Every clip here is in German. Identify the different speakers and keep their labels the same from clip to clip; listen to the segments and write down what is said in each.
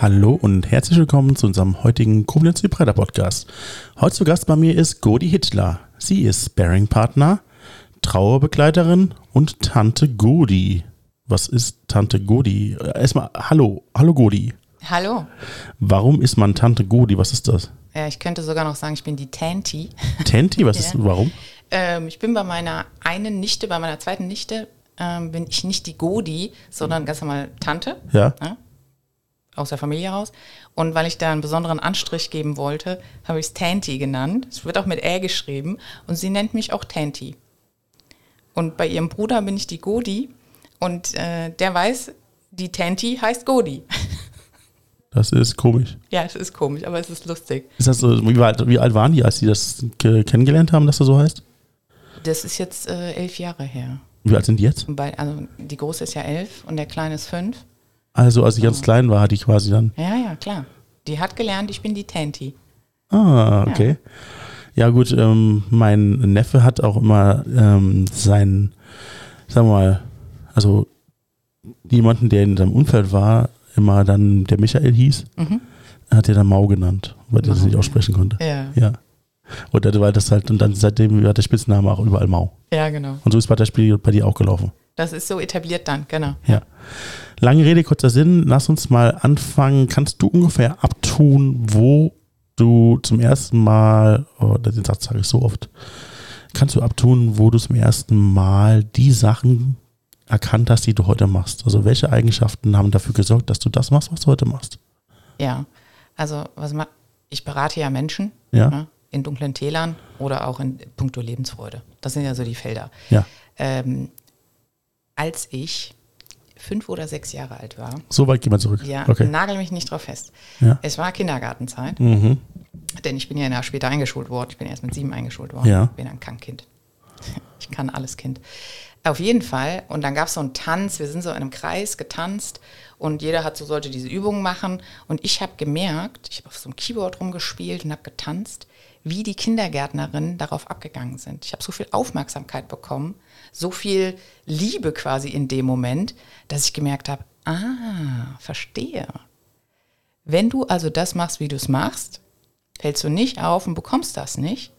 Speaker 1: Hallo und herzlich willkommen zu unserem heutigen Koblenz Hybrida Podcast. Heute zu Gast bei mir ist Godi Hitler. Sie ist Sparing-Partner, Trauerbegleiterin und Tante Godi. Was ist Tante Godi? Äh, Erstmal, hallo, hallo Godi.
Speaker 2: Hallo.
Speaker 1: Warum ist man Tante Godi? Was ist das?
Speaker 2: Ja, ich könnte sogar noch sagen, ich bin die Tanti.
Speaker 1: Tanti? Was ist,
Speaker 2: Ja.
Speaker 1: warum?
Speaker 2: Ähm, ich bin bei meiner einen Nichte, bei meiner zweiten Nichte, ähm, bin ich nicht die Godi, sondern ganz normal Tante
Speaker 1: Ja.
Speaker 2: ne, aus der Familie raus. Und weil ich da einen besonderen Anstrich geben wollte, habe ich es Tanti genannt. Es wird auch mit Ä geschrieben. Und sie nennt mich auch Tanti. Und bei ihrem Bruder bin ich die Godi. Und äh, der weiß, die Tanti heißt Godi.
Speaker 1: Das ist komisch.
Speaker 2: ja, es ist komisch, aber es ist lustig.
Speaker 1: Ist das so, wie, alt, wie alt waren die, als die das ge- kennengelernt haben, dass das so heißt?
Speaker 2: Das ist jetzt äh, elf Jahre her.
Speaker 1: Wie alt sind die jetzt?
Speaker 2: Bei, also die große ist ja elf und der kleine ist fünf.
Speaker 1: Also, als ich ganz klein war, hatte ich quasi dann.
Speaker 2: Ja, ja, klar. Die hat gelernt, ich bin die Tanti.
Speaker 1: Ah, okay. Ja, gut, ähm, mein Neffe hat auch immer ähm, seinen, sagen wir mal, also jemanden, der in seinem Umfeld war, immer dann, der Michael hieß, hat er dann Mau genannt, weil er das nicht aussprechen konnte.
Speaker 2: Ja.
Speaker 1: Ja. Und dann war das halt, und dann seitdem war der Spitzname auch überall Mau.
Speaker 2: Ja, genau.
Speaker 1: Und so ist bei der Spiel bei dir auch gelaufen.
Speaker 2: Das ist so etabliert dann, genau.
Speaker 1: Ja. Lange Rede, kurzer Sinn. Lass uns mal anfangen. Kannst du ungefähr abtun, wo du zum ersten Mal, oh, den Satz sage ich so oft, kannst du abtun, wo du zum ersten Mal die Sachen erkannt hast, die du heute machst? Also welche Eigenschaften haben dafür gesorgt, dass du das machst, was du heute machst?
Speaker 2: Ja. Also, was ma ich berate ja Menschen
Speaker 1: Ja.
Speaker 2: ne, in dunklen Tälern oder auch in puncto Lebensfreude. Das sind ja so die Felder.
Speaker 1: Ja.
Speaker 2: Ähm, als ich fünf oder sechs Jahre alt war,
Speaker 1: So weit gehen wir zurück.
Speaker 2: ja,
Speaker 1: Okay.
Speaker 2: nagel mich nicht drauf fest.
Speaker 1: Ja.
Speaker 2: Es war Kindergartenzeit,
Speaker 1: Mhm.
Speaker 2: denn ich bin ja ein Jahr später eingeschult worden. Ich bin erst mit sieben eingeschult worden.
Speaker 1: Ja.
Speaker 2: Bin ein Krankkind. Ich kann alles Kind. Auf jeden Fall. Und dann gab es so einen Tanz. Wir sind so in einem Kreis getanzt und jeder hat so, sollte diese Übungen machen. Und ich habe gemerkt, ich habe auf so einem Keyboard rumgespielt und habe getanzt, wie die Kindergärtnerinnen darauf abgegangen sind. Ich habe so viel Aufmerksamkeit bekommen, so viel Liebe quasi in dem Moment, dass ich gemerkt habe, ah, verstehe. Wenn du also das machst, wie du es machst, fällst du nicht auf und bekommst das nicht.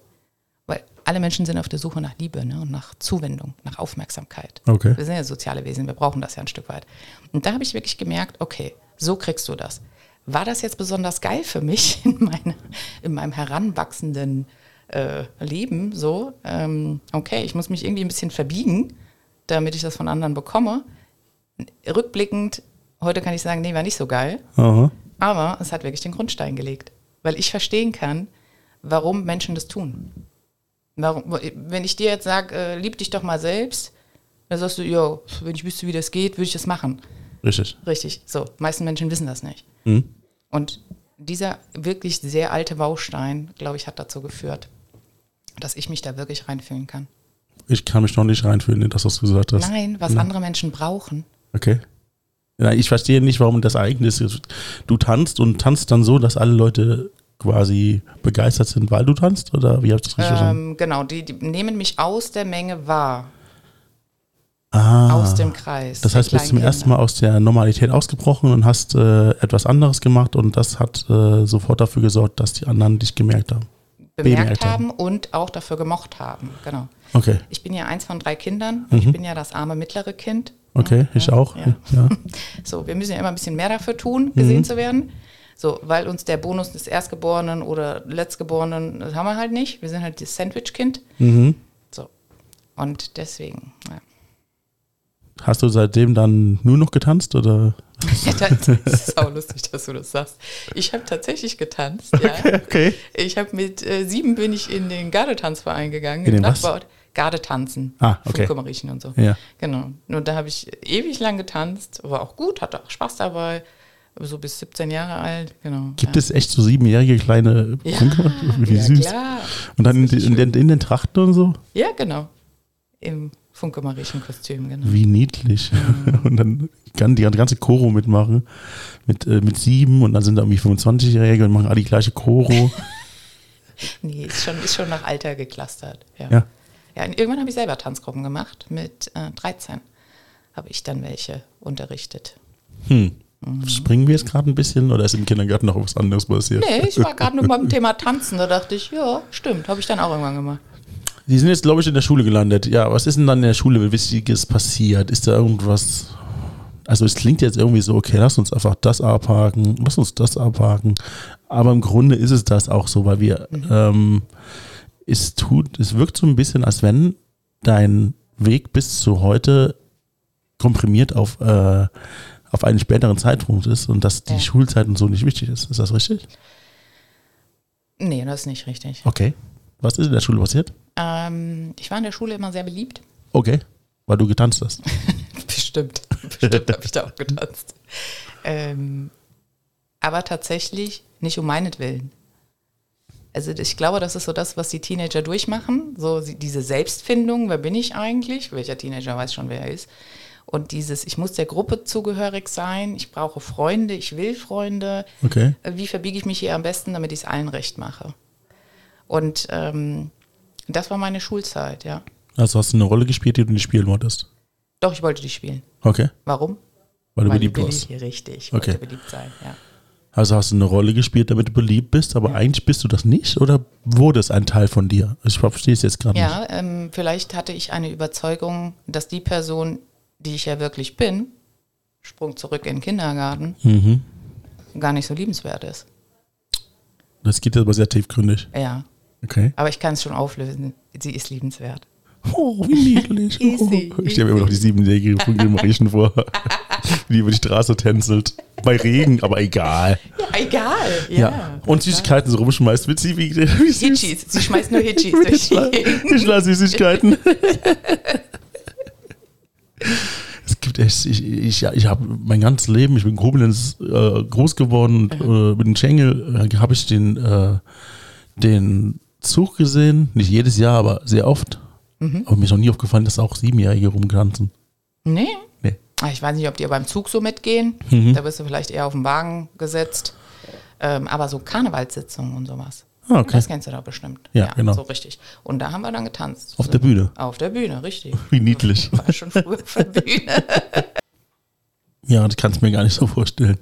Speaker 2: Weil alle Menschen sind auf der Suche nach Liebe ne? und nach Zuwendung, nach Aufmerksamkeit.
Speaker 1: Okay.
Speaker 2: Wir sind ja soziale Wesen, wir brauchen das ja ein Stück weit. Und da habe ich wirklich gemerkt, okay, so kriegst du das. War das jetzt besonders geil für mich in, meine, in meinem heranwachsenden äh, Leben? So, ähm, okay, ich muss mich irgendwie ein bisschen verbiegen, damit ich das von anderen bekomme. Rückblickend, heute kann ich sagen, nee, war nicht so geil.
Speaker 1: Aha.
Speaker 2: Aber es hat wirklich den Grundstein gelegt, weil ich verstehen kann, warum Menschen das tun. Warum, wenn ich dir jetzt sage, äh, lieb dich doch mal selbst, dann sagst du, ja, wenn ich wüsste, wie das geht, würde ich das machen.
Speaker 1: Richtig.
Speaker 2: Richtig, so. Meisten Menschen wissen das nicht.
Speaker 1: Mhm.
Speaker 2: Und dieser wirklich sehr alte Baustein, glaube ich, hat dazu geführt, dass ich mich da wirklich reinfühlen kann.
Speaker 1: Ich kann mich noch nicht reinfühlen in das, was du gesagt hast.
Speaker 2: Nein, was andere Menschen brauchen.
Speaker 1: Okay. Ja, ich verstehe nicht, warum das Ereignis ist. Du tanzt und tanzt dann so, dass alle Leute quasi begeistert sind, weil du tanzt? Oder wie habt ihr das richtig verstanden?
Speaker 2: Ähm, genau, die, die nehmen mich aus der Menge wahr,
Speaker 1: Ah,
Speaker 2: aus dem Kreis.
Speaker 1: das
Speaker 2: der
Speaker 1: heißt, du bist zum
Speaker 2: kleinen
Speaker 1: ersten
Speaker 2: Kinder.
Speaker 1: Mal aus der Normalität ausgebrochen und hast äh, etwas anderes gemacht und das hat äh, sofort dafür gesorgt, dass die anderen dich gemerkt haben.
Speaker 2: bemerkt
Speaker 1: Bemerkt haben.
Speaker 2: haben und auch dafür gemocht haben. Genau.
Speaker 1: Okay,
Speaker 2: Ich bin ja eins von drei Kindern. Ich bin ja das arme mittlere Kind.
Speaker 1: okay, ich auch. Ja.
Speaker 2: Ja.
Speaker 1: Ja.
Speaker 2: So, wir müssen ja immer ein bisschen mehr dafür tun, gesehen zu werden. So, weil uns der Bonus des Erstgeborenen oder Letztgeborenen, das haben wir halt nicht. Wir sind halt das Sandwich-Kind.
Speaker 1: Mhm.
Speaker 2: So. Und deswegen, ja.
Speaker 1: Hast du seitdem dann nur noch getanzt? Oder?
Speaker 2: Das ist auch lustig, dass du das sagst. Ich habe tatsächlich getanzt, ja.
Speaker 1: Okay.
Speaker 2: Ich habe mit äh, sieben bin ich in den Gardetanzverein gegangen.
Speaker 1: In
Speaker 2: im
Speaker 1: den was?
Speaker 2: Nachbarort. Gardetanzen.
Speaker 1: Ah, okay.
Speaker 2: Von Kummeriechen und so.
Speaker 1: Ja.
Speaker 2: Genau. Und da habe ich ewig lang getanzt, war auch gut, hatte auch Spaß dabei. So bis 17 Jahre alt, genau.
Speaker 1: Gibt es echt so siebenjährige kleine
Speaker 2: ja.
Speaker 1: Kinder? Wie
Speaker 2: ja,
Speaker 1: süß.
Speaker 2: Klar.
Speaker 1: Und dann in,
Speaker 2: Das ist
Speaker 1: in, den, in den Trachten und so?
Speaker 2: Ja, genau. Im funkemarischen Kostüm, genau.
Speaker 1: Wie niedlich. Und dann kann die ganze Choro mitmachen. Mit, äh, mit sieben und dann sind da irgendwie 25-Jährige und machen alle die gleiche Choro.
Speaker 2: Nee, ist schon, ist schon nach Alter geklustert. Ja.
Speaker 1: Ja.
Speaker 2: ja. und irgendwann habe ich selber Tanzgruppen gemacht. Mit äh, 13 habe ich dann welche unterrichtet.
Speaker 1: Hm. Springen wir jetzt gerade ein bisschen oder ist im Kindergarten noch was anderes passiert?
Speaker 2: Nee, ich war gerade nur beim Thema Tanzen. Da dachte ich, ja, stimmt, habe ich dann auch irgendwann gemacht.
Speaker 1: Die sind jetzt, glaube ich, in der Schule gelandet. Ja, was ist denn dann in der Schule Wichtiges passiert? Ist da irgendwas? Also es klingt jetzt irgendwie so, okay, lass uns einfach das abhaken, lass uns das abhaken. Aber im Grunde ist es das auch so, weil wir, ähm, es tut, es wirkt so ein bisschen, als wenn dein Weg bis zu heute komprimiert auf, äh, auf einen späteren Zeitpunkt ist und dass die
Speaker 2: Ja.
Speaker 1: Schulzeit und so nicht wichtig ist. Ist das richtig?
Speaker 2: Nee, das ist nicht richtig.
Speaker 1: Okay. Was ist in der Schule passiert?
Speaker 2: Ähm, ich war in der Schule immer sehr beliebt.
Speaker 1: Okay. Weil du getanzt hast.
Speaker 2: Bestimmt. Bestimmt habe ich da auch getanzt. Ähm, aber tatsächlich nicht um meinetwillen. Also ich glaube, das ist so das, was die Teenager durchmachen. So sie- diese Selbstfindung, wer bin ich eigentlich? Welcher Teenager weiß schon, wer er ist. Und dieses, ich muss der Gruppe zugehörig sein, ich brauche Freunde, ich will Freunde,
Speaker 1: Okay.
Speaker 2: äh, wie verbiege ich mich hier am besten, damit ich es allen recht mache. Und ähm, das war meine Schulzeit, ja.
Speaker 1: Also hast du eine Rolle gespielt, die du nicht spielen wolltest.
Speaker 2: Doch, ich wollte die spielen.
Speaker 1: Okay.
Speaker 2: Warum?
Speaker 1: Weil du
Speaker 2: Weil
Speaker 1: beliebt
Speaker 2: ich
Speaker 1: warst.
Speaker 2: belie- Richtig, ich
Speaker 1: Okay.
Speaker 2: wollte beliebt sein, ja.
Speaker 1: Also hast du eine Rolle gespielt, damit du beliebt bist, aber eigentlich bist du das nicht oder wurde es ein Teil von dir? Ich verstehe es jetzt gerade nicht.
Speaker 2: Ja, ähm, vielleicht hatte ich eine Überzeugung, dass die Person, die ich ja wirklich bin, Sprung zurück in den Kindergarten,
Speaker 1: Mhm.
Speaker 2: gar nicht so liebenswert ist.
Speaker 1: Das geht jetzt aber sehr tiefgründig.
Speaker 2: Ja,
Speaker 1: Okay.
Speaker 2: aber ich kann es schon auflösen. Sie ist liebenswert.
Speaker 1: Oh, wie niedlich.
Speaker 2: Easy,
Speaker 1: oh. Ich stelle mir immer noch die siebenjährige von Gilmarischen vor, die über die Straße tänzelt. Bei Regen, aber egal.
Speaker 2: Ja, egal. Ja.
Speaker 1: Ja. Und Süßigkeiten so rumschmeißt. Witzig, wie, wie süß.
Speaker 2: Hitchis. Sie schmeißt nur
Speaker 1: Ich
Speaker 2: Hitchis
Speaker 1: bin
Speaker 2: durch die
Speaker 1: jetzt
Speaker 2: Gegend.
Speaker 1: la- Ich lasse Süßigkeiten. Es gibt echt, ich, ich, ich habe mein ganzes Leben, ich bin in Koblenz äh, groß geworden, und, äh, mit dem Schengel äh, habe ich den, äh, den Zug gesehen, nicht jedes Jahr, aber sehr oft.
Speaker 2: Mhm.
Speaker 1: Aber mir ist noch nie aufgefallen, dass auch Siebenjährige rumtanzen.
Speaker 2: Nee.
Speaker 1: Nee.
Speaker 2: Ah, Ich weiß nicht, ob die beim Zug so mitgehen.
Speaker 1: Mhm.
Speaker 2: Da wirst du vielleicht eher auf den Wagen gesetzt. Ähm, aber so Karnevalssitzungen und sowas.
Speaker 1: Ah, okay.
Speaker 2: Das kennst du doch bestimmt.
Speaker 1: Ja, genau.
Speaker 2: So richtig. Und da haben wir dann getanzt.
Speaker 1: Auf der Bühne.
Speaker 2: Auf der Bühne, richtig.
Speaker 1: Wie niedlich.
Speaker 2: War schon früher auf der Bühne.
Speaker 1: Ja, das kannst du mir gar nicht so vorstellen.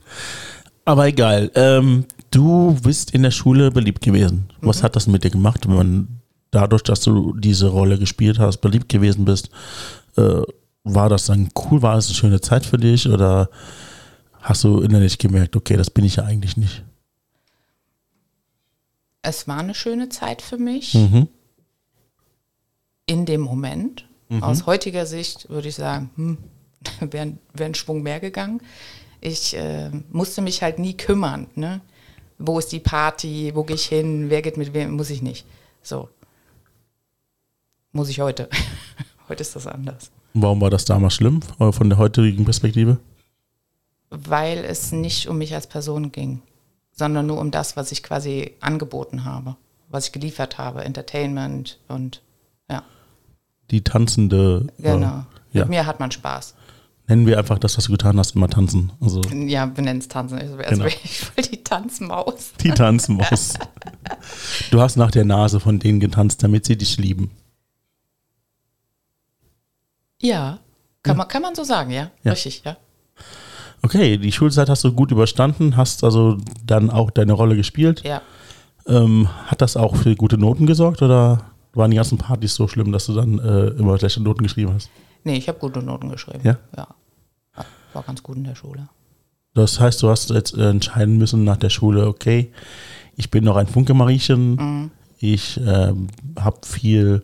Speaker 1: Aber egal. Ähm, du bist in der Schule beliebt gewesen. Was hat das mit dir gemacht, wenn man dadurch, dass du diese Rolle gespielt hast, beliebt gewesen bist? Äh, war das dann cool? War es eine schöne Zeit für dich? Oder hast du innerlich gemerkt, okay, das bin ich ja eigentlich nicht?
Speaker 2: Es war eine schöne Zeit für mich
Speaker 1: Mhm.
Speaker 2: in dem Moment.
Speaker 1: Mhm.
Speaker 2: Aus heutiger Sicht würde ich sagen, hm, wäre wär ein Schwung mehr gegangen. Ich äh, musste mich halt nie kümmern. Ne? Wo ist die Party? Wo gehe ich hin? Wer geht mit wem? Muss ich nicht. So. Muss ich heute. heute ist das anders.
Speaker 1: Warum war das damals schlimm, äh, von der heutigen Perspektive?
Speaker 2: Weil es nicht um mich als Person ging, sondern nur um das, was ich quasi angeboten habe, was ich geliefert habe, Entertainment und ja,
Speaker 1: Die tanzende.
Speaker 2: genau.
Speaker 1: Äh, ja.
Speaker 2: Mit mir hat man Spaß.
Speaker 1: Nennen wir einfach das, was du getan hast, immer tanzen. Also
Speaker 2: Ja, wir nennen es Tanzen. Also,
Speaker 1: Genau.
Speaker 2: Ich will die Tanzmaus.
Speaker 1: Die Tanzmaus. Du hast nach der Nase von denen getanzt, damit sie dich lieben.
Speaker 2: Ja, kann, Man, kann man so sagen, ja?
Speaker 1: Ja.
Speaker 2: Richtig, ja.
Speaker 1: Okay, die Schulzeit hast du gut überstanden, hast also dann auch deine Rolle gespielt.
Speaker 2: Ja.
Speaker 1: Ähm, hat das auch für gute Noten gesorgt oder waren die ganzen Partys so schlimm, dass du dann äh, immer schlechte Noten geschrieben hast?
Speaker 2: Nee, ich habe gute Noten geschrieben.
Speaker 1: Ja?
Speaker 2: ja. Ja, War ganz gut in der Schule.
Speaker 1: Das heißt, du hast jetzt äh, entscheiden müssen nach der Schule, okay, ich bin noch ein Funke-Mariechen, ich ähm, habe viel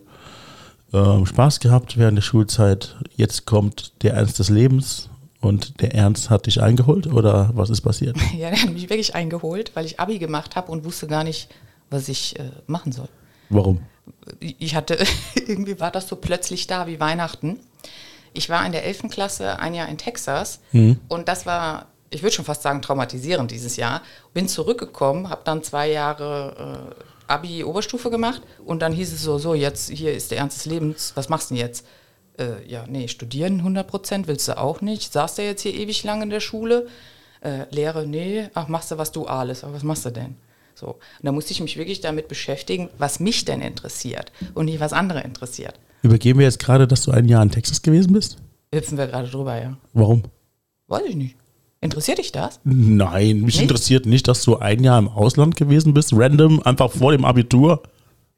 Speaker 1: ähm, Spaß gehabt während der Schulzeit, jetzt kommt der Ernst des Lebens und der Ernst hat dich eingeholt oder was ist passiert?
Speaker 2: Ja, der hat mich wirklich eingeholt, weil ich Abi gemacht habe und wusste gar nicht, was ich äh, machen soll.
Speaker 1: Warum?
Speaker 2: ich hatte, irgendwie war das so plötzlich da wie Weihnachten. Ich war in der 11. Klasse ein Jahr in Texas und das war, ich würde schon fast sagen, traumatisierend dieses Jahr. Bin zurückgekommen, habe dann zwei Jahre äh, Abi Oberstufe gemacht und dann hieß es so, so jetzt hier ist der Ernst des Lebens, was machst du denn jetzt? Äh, ja, nee, studieren 100 Prozent willst du auch nicht. Saß du jetzt hier ewig lang in der Schule? Äh, Lehre, nee, ach, machst du was Duales, aber was machst du denn? So. Und da musste ich mich wirklich damit beschäftigen, was mich denn interessiert und nicht was andere interessiert.
Speaker 1: Übergeben wir jetzt gerade, dass du ein Jahr in Texas gewesen bist?
Speaker 2: Hüpfen wir gerade drüber, ja.
Speaker 1: Warum?
Speaker 2: Weiß ich nicht. Interessiert dich das?
Speaker 1: Nein, mich
Speaker 2: Nicht?
Speaker 1: interessiert nicht, dass du ein Jahr im Ausland gewesen bist, random, einfach vor dem Abitur.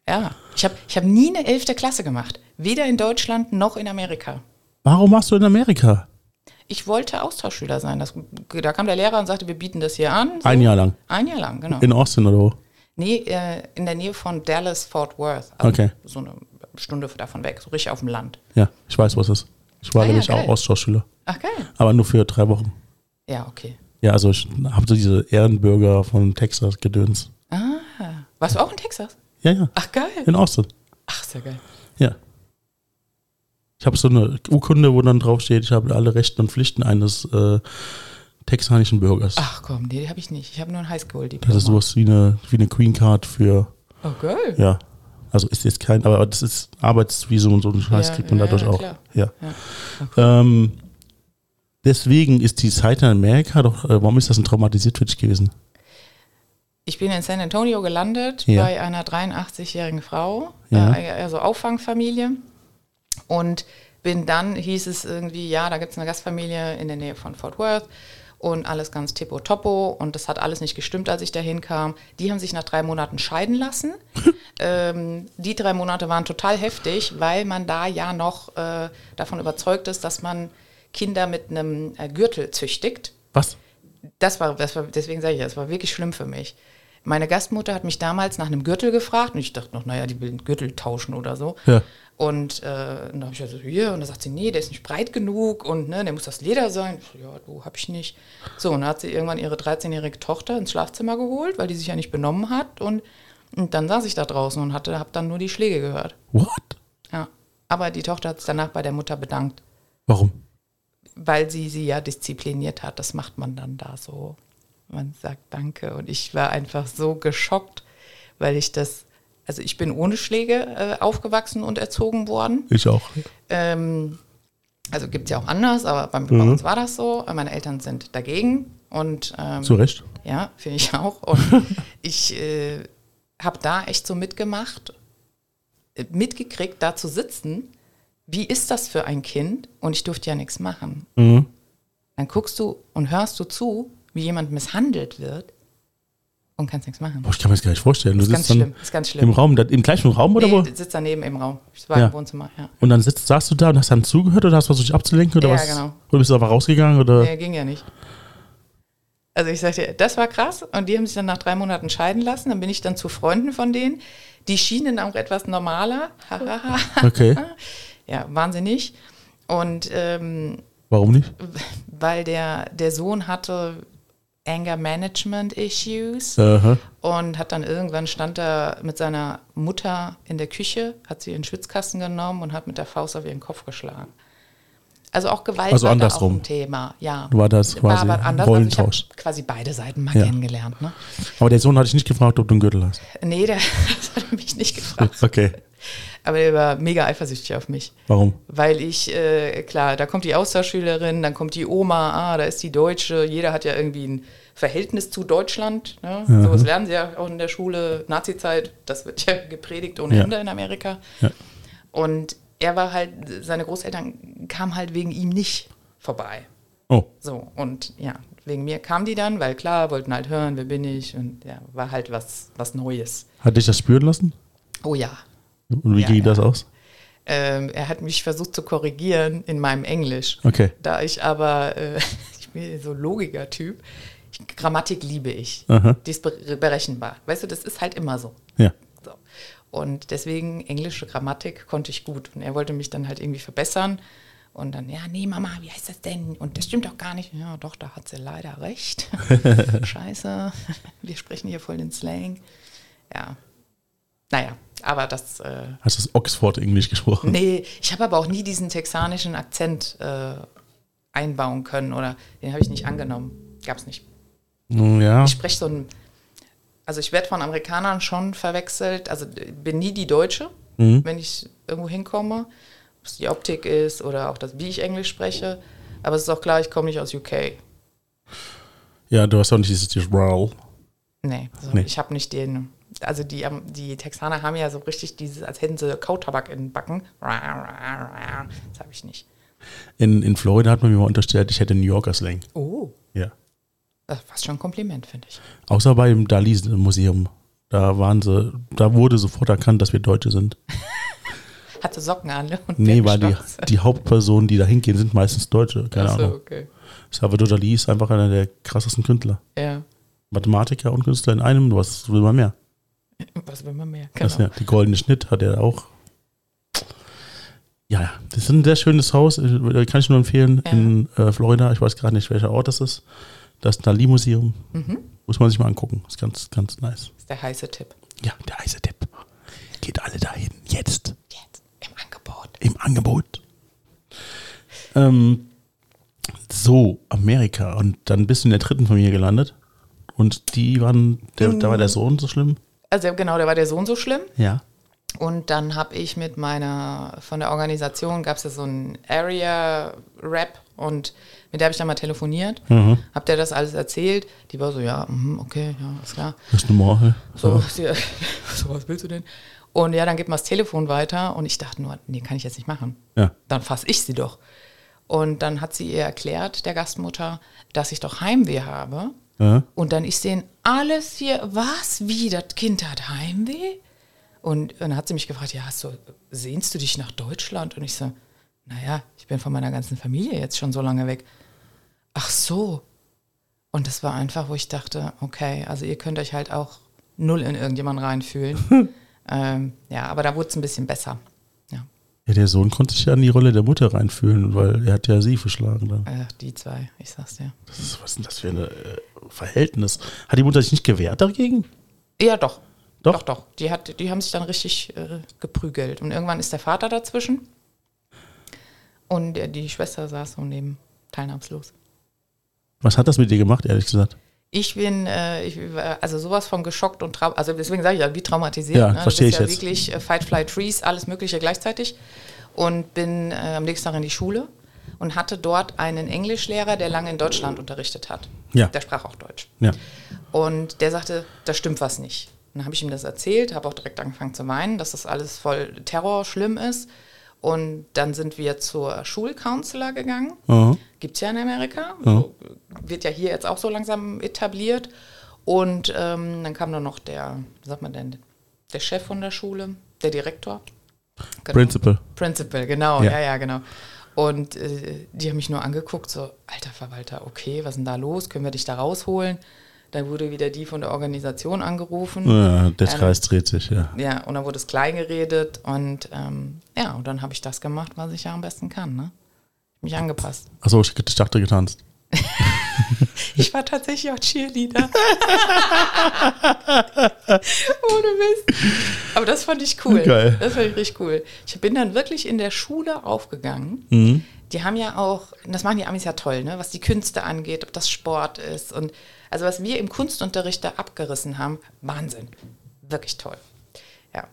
Speaker 2: Ja. Ich habe ich hab nie eine 11. Klasse gemacht. Weder in Deutschland noch in Amerika.
Speaker 1: Warum warst du in Amerika?
Speaker 2: Ich wollte Austauschschüler sein. Das, da kam der Lehrer und sagte, wir bieten das hier an. So.
Speaker 1: Ein Jahr lang.
Speaker 2: Ein Jahr lang, genau.
Speaker 1: In Austin oder wo?
Speaker 2: nee, äh, in der Nähe von Dallas, Fort Worth. Also
Speaker 1: Okay.
Speaker 2: So eine Stunde davon weg, so richtig auf dem Land.
Speaker 1: Ja, ich weiß, was es ist. Ich war
Speaker 2: Ah ja,
Speaker 1: nämlich
Speaker 2: geil.
Speaker 1: auch Austauschschüler,
Speaker 2: Ach, geil.
Speaker 1: aber nur für drei Wochen.
Speaker 2: Ja, okay.
Speaker 1: Ja, also ich habe so diese Ehrenbürger von Texas gedöns.
Speaker 2: Ah. Warst du auch in Texas?
Speaker 1: Ja, ja,
Speaker 2: Ach, geil.
Speaker 1: in Austin.
Speaker 2: Ach, sehr geil.
Speaker 1: Ja. Ich habe so eine Urkunde, wo dann draufsteht, ich habe alle Rechten und Pflichten eines äh, texanischen Bürgers.
Speaker 2: Ach komm, nee, die habe ich nicht. Ich habe nur ein Highschool-Diplom.
Speaker 1: Das ist sowas wie eine, wie eine Green Card für,
Speaker 2: Oh, geil.
Speaker 1: ja. Also ist jetzt kein, aber das ist Arbeitsvisum und so einen Scheiß
Speaker 2: Ja,
Speaker 1: kriegt man
Speaker 2: ja,
Speaker 1: dadurch
Speaker 2: ja,
Speaker 1: auch.
Speaker 2: klar.
Speaker 1: Ja.
Speaker 2: Ja.
Speaker 1: Ähm, deswegen ist die Zeit in Amerika doch, äh, warum ist das denn traumatisiert für dich gewesen?
Speaker 2: Ich bin in San Antonio gelandet
Speaker 1: Ja.
Speaker 2: bei einer 83-jährigen Frau,
Speaker 1: Ja.
Speaker 2: äh, also Auffangfamilie. Und bin dann, hieß es irgendwie, ja, da gibt es eine Gastfamilie in der Nähe von Fort Worth und alles ganz tippotoppo und das hat alles nicht gestimmt, als ich dahin kam. Die haben sich nach drei Monaten scheiden lassen. ähm, die drei Monate waren total heftig, weil man da ja noch äh, davon überzeugt ist, dass man Kinder mit einem äh, Gürtel züchtigt
Speaker 1: Was?
Speaker 2: das war, das war deswegen sage ich, das war wirklich schlimm für mich. Meine Gastmutter hat mich damals nach einem Gürtel gefragt und ich dachte noch, naja, die will einen Gürtel tauschen oder so.
Speaker 1: Ja.
Speaker 2: Und äh, dann habe ich also hier und dann sagt sie, nee, der ist nicht breit genug und ne, der muss das Leder sein. Ich so, ja, du hab ich nicht. So, und dann hat sie irgendwann ihre 13-jährige Tochter ins Schlafzimmer geholt, weil die sich ja nicht benommen hat. Und, und dann saß ich da draußen und hatte, habe dann nur die Schläge gehört.
Speaker 1: What?
Speaker 2: Ja. Aber die Tochter hat es danach bei der Mutter bedankt,
Speaker 1: Warum?
Speaker 2: weil sie sie ja diszipliniert hat. Das macht man dann da so. Man sagt Danke. Und ich war einfach so geschockt, weil ich das, also ich bin ohne Schläge äh, aufgewachsen und erzogen worden.
Speaker 1: Ich auch.
Speaker 2: Ähm, also gibt es ja auch anders, aber beim, bei uns war das so. Meine Eltern sind dagegen und ähm,
Speaker 1: Zu Recht.
Speaker 2: ja, finde ich auch. Und ich äh, habe da echt so mitgemacht, äh, mitgekriegt, da zu sitzen. Wie ist das für ein Kind? Und ich durfte ja nichts machen.
Speaker 1: Mhm.
Speaker 2: Dann guckst du und hörst du zu, wie jemand misshandelt wird und kannst nichts machen.
Speaker 1: Boah, ich kann mir das gar nicht vorstellen. Du
Speaker 2: Ist ganz
Speaker 1: sitzt dann
Speaker 2: schlimm, ist ganz schlimm.
Speaker 1: im Raum, da- im gleichen Raum oder wo?
Speaker 2: Nee, sitzt daneben im Raum. Ich war
Speaker 1: Ja.
Speaker 2: im Wohnzimmer, ja.
Speaker 1: Und dann sitzt, saßt du da und hast dann zugehört oder hast versucht dich abzulenken oder
Speaker 2: Ja,
Speaker 1: was?
Speaker 2: genau.
Speaker 1: Oder bist du einfach rausgegangen oder?
Speaker 2: Nee, ging ja nicht. Also ich sagte, das war krass. Und die haben sich dann nach drei Monaten scheiden lassen. Dann bin ich dann zu Freunden von denen. Die schienen auch etwas normaler. Hahaha.
Speaker 1: Okay.
Speaker 2: ja, wahnsinnig. Und ähm,
Speaker 1: Warum nicht?
Speaker 2: weil der, der Sohn hatte Anger Management Issues
Speaker 1: Aha.
Speaker 2: und hat dann irgendwann stand er mit seiner Mutter in der Küche, hat sie in den Schwitzkasten genommen und hat mit der Faust auf ihren Kopf geschlagen. Also auch Gewalt
Speaker 1: Also
Speaker 2: war da auch
Speaker 1: andersrum.
Speaker 2: ein Thema, ja.
Speaker 1: War das quasi
Speaker 2: Also ich habe
Speaker 1: Rollentausch.
Speaker 2: quasi beide Seiten mal
Speaker 1: Ja.
Speaker 2: kennengelernt. Ne?
Speaker 1: Aber der Sohn hatte ich nicht gefragt, ob du einen Gürtel hast.
Speaker 2: Nee, der das hat er mich nicht gefragt.
Speaker 1: Okay.
Speaker 2: Aber der war mega eifersüchtig auf mich.
Speaker 1: Warum?
Speaker 2: Weil ich, äh, klar, da kommt die Austauschschülerin, dann kommt die Oma, ah, da ist die Deutsche, jeder hat ja irgendwie ein Verhältnis zu Deutschland. Ne? So was lernen sie ja auch in der Schule, Nazizeit, das wird ja gepredigt ohne
Speaker 1: Ja.
Speaker 2: Ende in Amerika.
Speaker 1: Ja.
Speaker 2: Und er war halt, seine Großeltern kamen halt wegen ihm nicht vorbei.
Speaker 1: Oh,
Speaker 2: So, und ja, wegen mir kamen die dann, weil klar, wollten halt hören, wer bin ich und ja, war halt was, was Neues.
Speaker 1: hat dich das spüren lassen?
Speaker 2: Oh ja,
Speaker 1: Und wie
Speaker 2: Ja,
Speaker 1: ging
Speaker 2: ja.
Speaker 1: das aus?
Speaker 2: ähm, er hat mich versucht zu korrigieren in meinem Englisch.
Speaker 1: Okay.
Speaker 2: Da ich aber, äh, ich bin so logischer Typ, ich, Grammatik liebe ich.
Speaker 1: Aha.
Speaker 2: Die ist bere- berechenbar. Weißt du, das ist halt immer so.
Speaker 1: Ja.
Speaker 2: so. Und deswegen englische Grammatik konnte ich gut. Und er wollte mich dann halt irgendwie verbessern. Und dann, ja, nee, Mama, wie heißt das denn? Und das stimmt doch gar nicht. Ja, doch, da hat sie leider recht. Scheiße, wir sprechen hier voll den Slang. Ja, naja, aber das äh,
Speaker 1: Hast du das Oxford-Englisch gesprochen?
Speaker 2: Nee, ich habe aber auch nie diesen texanischen Akzent äh, einbauen können oder den habe ich nicht angenommen. Gab's nicht.
Speaker 1: Mm, Ja.
Speaker 2: Ich spreche so ein, also ich werde von Amerikanern schon verwechselt, also d- bin nie die Deutsche, wenn ich irgendwo hinkomme, ob es die Optik ist oder auch das, wie ich Englisch spreche. Aber es ist auch klar, ich komme nicht aus UK.
Speaker 1: Ja, du hast auch nicht dieses dieses Raw.
Speaker 2: Nee, also
Speaker 1: Nee.
Speaker 2: ich habe nicht den. Also die, ähm, die Texaner haben ja so richtig dieses, als hätten sie Kautabak in den Backen. Das habe ich nicht.
Speaker 1: In, in Florida hat man mir mal unterstellt, ich hätte New Yorker Slang.
Speaker 2: Oh.
Speaker 1: Ja.
Speaker 2: Das war Äh, schon ein Kompliment, finde ich.
Speaker 1: Außer beim Dalí-Museum. Da waren sie, da wurde sofort erkannt, dass wir Deutsche sind.
Speaker 2: Hatte Socken an ne? und
Speaker 1: Nee,
Speaker 2: Birkenstocks.
Speaker 1: weil die, die Hauptpersonen, die da hingehen, sind meistens Deutsche. Keine
Speaker 2: Ach so,
Speaker 1: Ahnung.
Speaker 2: okay.
Speaker 1: Salvador Dali ist einfach einer der krassesten Künstler.
Speaker 2: Ja,
Speaker 1: Mathematiker und Künstler in einem, was will man mehr?
Speaker 2: was will man mehr?
Speaker 1: Das,
Speaker 2: Genau.
Speaker 1: ja, die goldene Schnitt hat er auch. Ja, ja, das ist ein sehr schönes Haus, äh, kann ich nur empfehlen,
Speaker 2: Ja.
Speaker 1: in äh, Florida. Ich weiß gerade nicht, welcher Ort das ist. Das Dali-Museum.
Speaker 2: Mhm.
Speaker 1: Muss man sich mal angucken. Ist ganz, ganz nice.
Speaker 2: Das ist der heiße Tipp.
Speaker 1: Ja, der Eisetipp. Geht alle dahin. Jetzt.
Speaker 2: Jetzt im Angebot.
Speaker 1: Im Angebot. Ähm, so, Amerika. Und dann bist du in der dritten Familie gelandet. Und die waren, der, da war der Sohn so schlimm.
Speaker 2: Also genau, da war der Sohn so schlimm.
Speaker 1: Ja.
Speaker 2: Und dann habe ich mit meiner, von der Organisation gab es ja so einen Area-Rap und mit der habe ich dann mal telefoniert,
Speaker 1: Mhm.
Speaker 2: habe der das alles erzählt. Die war so, ja, mhm, okay, ja, ist klar.
Speaker 1: Das ist normal.
Speaker 2: So,
Speaker 1: Aber-
Speaker 2: sie, Oh, so, was willst du denn? Und ja, dann gibt man das Telefon weiter und ich dachte nur, nee, kann ich jetzt nicht machen.
Speaker 1: Ja.
Speaker 2: Dann fasse ich sie doch. Und dann hat sie ihr erklärt, der Gastmutter, dass ich doch Heimweh habe.
Speaker 1: ja.
Speaker 2: Und dann ich sehen alles hier, was wie das Kind hat Heimweh? Und, und dann hat sie mich gefragt, ja, hast du sehnst du dich nach Deutschland? Und ich so, naja, ich bin von meiner ganzen Familie jetzt schon so lange weg. Ach so. Und das war einfach, wo ich dachte, okay, also ihr könnt euch halt auch null in irgendjemanden reinfühlen. ähm, ja, aber da wurde es ein bisschen besser. Ja,
Speaker 1: Ja, der Sohn konnte sich ja in die Rolle der Mutter reinfühlen, weil er hat ja sie verschlagen. Dann.
Speaker 2: äh, die zwei, ich sag's dir.
Speaker 1: Das ist, was ist denn das für ein äh, Verhältnis? Hat die Mutter sich nicht gewehrt dagegen?
Speaker 2: Ja, doch.
Speaker 1: Doch?
Speaker 2: Doch, doch. Die, hat, die haben sich dann richtig äh, geprügelt. Und irgendwann ist der Vater dazwischen. Und äh, die Schwester saß so neben, teilnahmslos.
Speaker 1: Was hat das mit dir gemacht, ehrlich gesagt?
Speaker 2: Ich bin, äh, ich war also sowas von geschockt und trau also deswegen sage ich ja, wie traumatisiert.
Speaker 1: Ja,
Speaker 2: ne? Du
Speaker 1: verstehe
Speaker 2: bist
Speaker 1: ich
Speaker 2: ja
Speaker 1: jetzt.
Speaker 2: wirklich äh, Fight, Fly, Trees, alles Mögliche gleichzeitig. Und bin äh, am nächsten Tag in die Schule und hatte dort einen Englischlehrer, der lange in Deutschland unterrichtet hat.
Speaker 1: Ja.
Speaker 2: Der sprach auch Deutsch.
Speaker 1: Ja.
Speaker 2: Und der sagte, da stimmt was nicht. Und dann habe ich ihm das erzählt, habe auch direkt angefangen zu weinen, dass das alles voll Terror schlimm ist. Und dann sind wir zur Schulcounselor gegangen.
Speaker 1: Mhm.
Speaker 2: Gibt es ja in Amerika. So, wird ja hier jetzt auch so langsam etabliert. Und ähm, dann kam dann noch der, wie sagt man denn, der Chef von der Schule, der Direktor. Genau.
Speaker 1: Principal.
Speaker 2: Principal, genau,
Speaker 1: Ja.
Speaker 2: ja, ja, genau. Und äh, die haben mich nur angeguckt, so, alter Verwalter, okay, was ist denn da los? Können wir dich da rausholen? Dann wurde wieder die von der Organisation angerufen.
Speaker 1: Ja, der
Speaker 2: Ähm,
Speaker 1: Kreis dreht sich, ja.
Speaker 2: Ja, und dann wurde es klein geredet und ähm, ja, und dann habe ich das gemacht, was ich ja am besten kann, ne? Mich angepasst.
Speaker 1: Achso, ich ich dachte getanzt.
Speaker 2: Ich war tatsächlich auch Cheerleader. Ohne Mist. Aber das fand ich cool.
Speaker 1: Geil.
Speaker 2: Das fand ich richtig cool. Ich bin dann wirklich in der Schule aufgegangen. Die haben ja auch, und das machen die Amis ja toll, ne? was die Künste angeht, ob das Sport ist. Und also was wir im Kunstunterricht da abgerissen haben, Wahnsinn. Wirklich toll. Ja.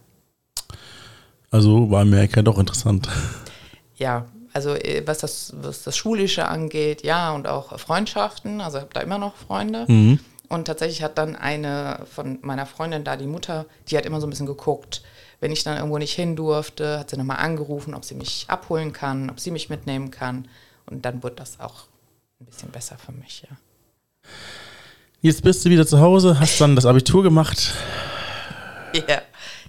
Speaker 1: Also war Amerika doch interessant.
Speaker 2: ja, also äh, was das, was das Schulische angeht, ja, und auch Freundschaften, also ich habe da immer noch Freunde. Und tatsächlich hat dann eine von meiner Freundin da, die Mutter, die hat immer so ein bisschen geguckt. Wenn ich dann irgendwo nicht hin durfte, hat sie nochmal angerufen, ob sie mich abholen kann, ob sie mich mitnehmen kann. Und dann wurde das auch ein bisschen besser für mich, ja.
Speaker 1: Jetzt bist du wieder zu Hause, hast dann das Abitur gemacht,
Speaker 2: Ja,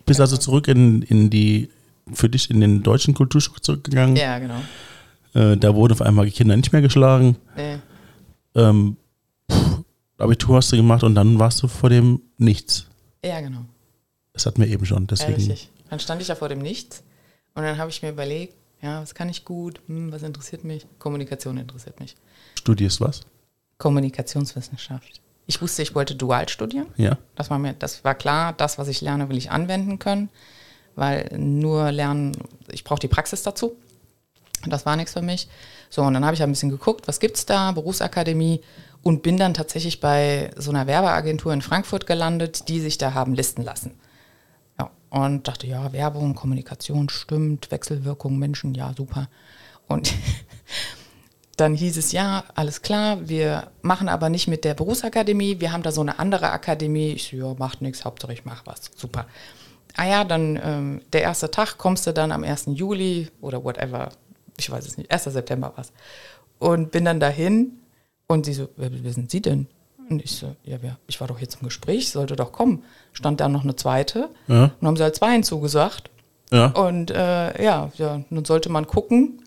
Speaker 1: bist also zurück in, in die, für dich in den deutschen Kulturschock zurückgegangen.
Speaker 2: ja genau.
Speaker 1: Äh, da wurden auf einmal die Kinder nicht mehr geschlagen.
Speaker 2: Nee.
Speaker 1: Ähm, pff, Abitur hast du gemacht und dann warst du vor dem Nichts.
Speaker 2: Ja, genau.
Speaker 1: Das hatten wir eben schon,
Speaker 2: Ja,
Speaker 1: deswegen.
Speaker 2: richtig. Dann stand ich da vor dem Nichts und dann habe ich mir überlegt, ja, was kann ich gut, hm, was interessiert mich? Kommunikation interessiert mich.
Speaker 1: Studierst was?
Speaker 2: Kommunikationswissenschaft. Ich wusste, ich wollte dual studieren.
Speaker 1: Ja.
Speaker 2: Das war mir, das war klar, das, was ich lerne, will ich anwenden können, weil nur lernen, ich brauche die Praxis dazu. Und Das war nichts für mich. So, und dann habe ich halt ein bisschen geguckt, was gibt's da, Berufsakademie und bin dann tatsächlich bei so einer Werbeagentur in Frankfurt gelandet, die sich da haben listen lassen. Ja, und dachte, ja, Werbung, Kommunikation stimmt, Wechselwirkung, Menschen, ja, super. Und dann hieß es, ja, alles klar, wir machen aber nicht mit der Berufsakademie, wir haben da so eine andere Akademie. Ich so, ja, macht nichts, Hauptsache ich mache was, super. Ah ja, dann ähm, der erste Tag kommst du dann am 1. Juli oder whatever, ich weiß es nicht, 1. September was. Und bin dann dahin Und sie so, wer, wer sind Sie denn? Und ich so, ja, wer, ich war doch jetzt im Gespräch, sollte doch kommen. Stand da noch eine zweite.
Speaker 1: Ja.
Speaker 2: Und haben sie halt zwei hinzugesagt.
Speaker 1: Ja.
Speaker 2: Und äh, ja, ja, nun sollte man gucken,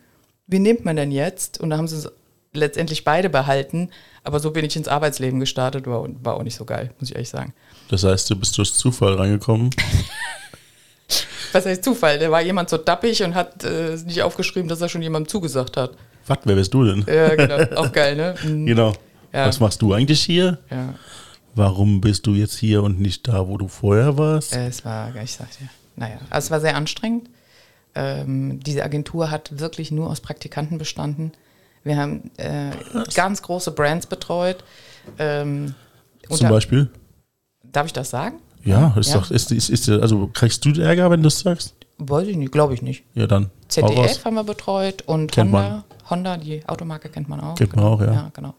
Speaker 2: wie nimmt man denn jetzt? Und da haben sie es letztendlich beide behalten. Aber so bin ich ins Arbeitsleben gestartet, war, war auch nicht so geil, muss ich ehrlich sagen.
Speaker 1: Das heißt, du bist durch Zufall reingekommen.
Speaker 2: Was heißt Zufall? Da war jemand so dappig und hat äh, nicht aufgeschrieben, dass er schon jemandem zugesagt hat.
Speaker 1: Was, wer bist du denn?
Speaker 2: Ja, genau. auch geil, ne? Mhm.
Speaker 1: Genau.
Speaker 2: Ja.
Speaker 1: Was machst du eigentlich hier?
Speaker 2: Ja,
Speaker 1: Warum bist du jetzt hier und nicht da, wo du vorher warst?
Speaker 2: äh, es war, ich sag dir, naja, also es war sehr anstrengend. Ähm, diese Agentur hat wirklich nur aus Praktikanten bestanden. Wir haben äh, ganz große Brands betreut. Ähm,
Speaker 1: Zum
Speaker 2: unter,
Speaker 1: Beispiel?
Speaker 2: darf ich das sagen?
Speaker 1: Ja, ist
Speaker 2: Ja.
Speaker 1: doch, ist, ist, ist, also kriegst du Ärger, wenn du das sagst?
Speaker 2: Weiß ich nicht, glaube ich nicht.
Speaker 1: Ja, dann. hau raus.
Speaker 2: ZDF haben wir betreut und
Speaker 1: Kennt
Speaker 2: Honda.
Speaker 1: man.
Speaker 2: Honda, die Automarke kennt man auch.
Speaker 1: Kennt man auch, ja.
Speaker 2: genau.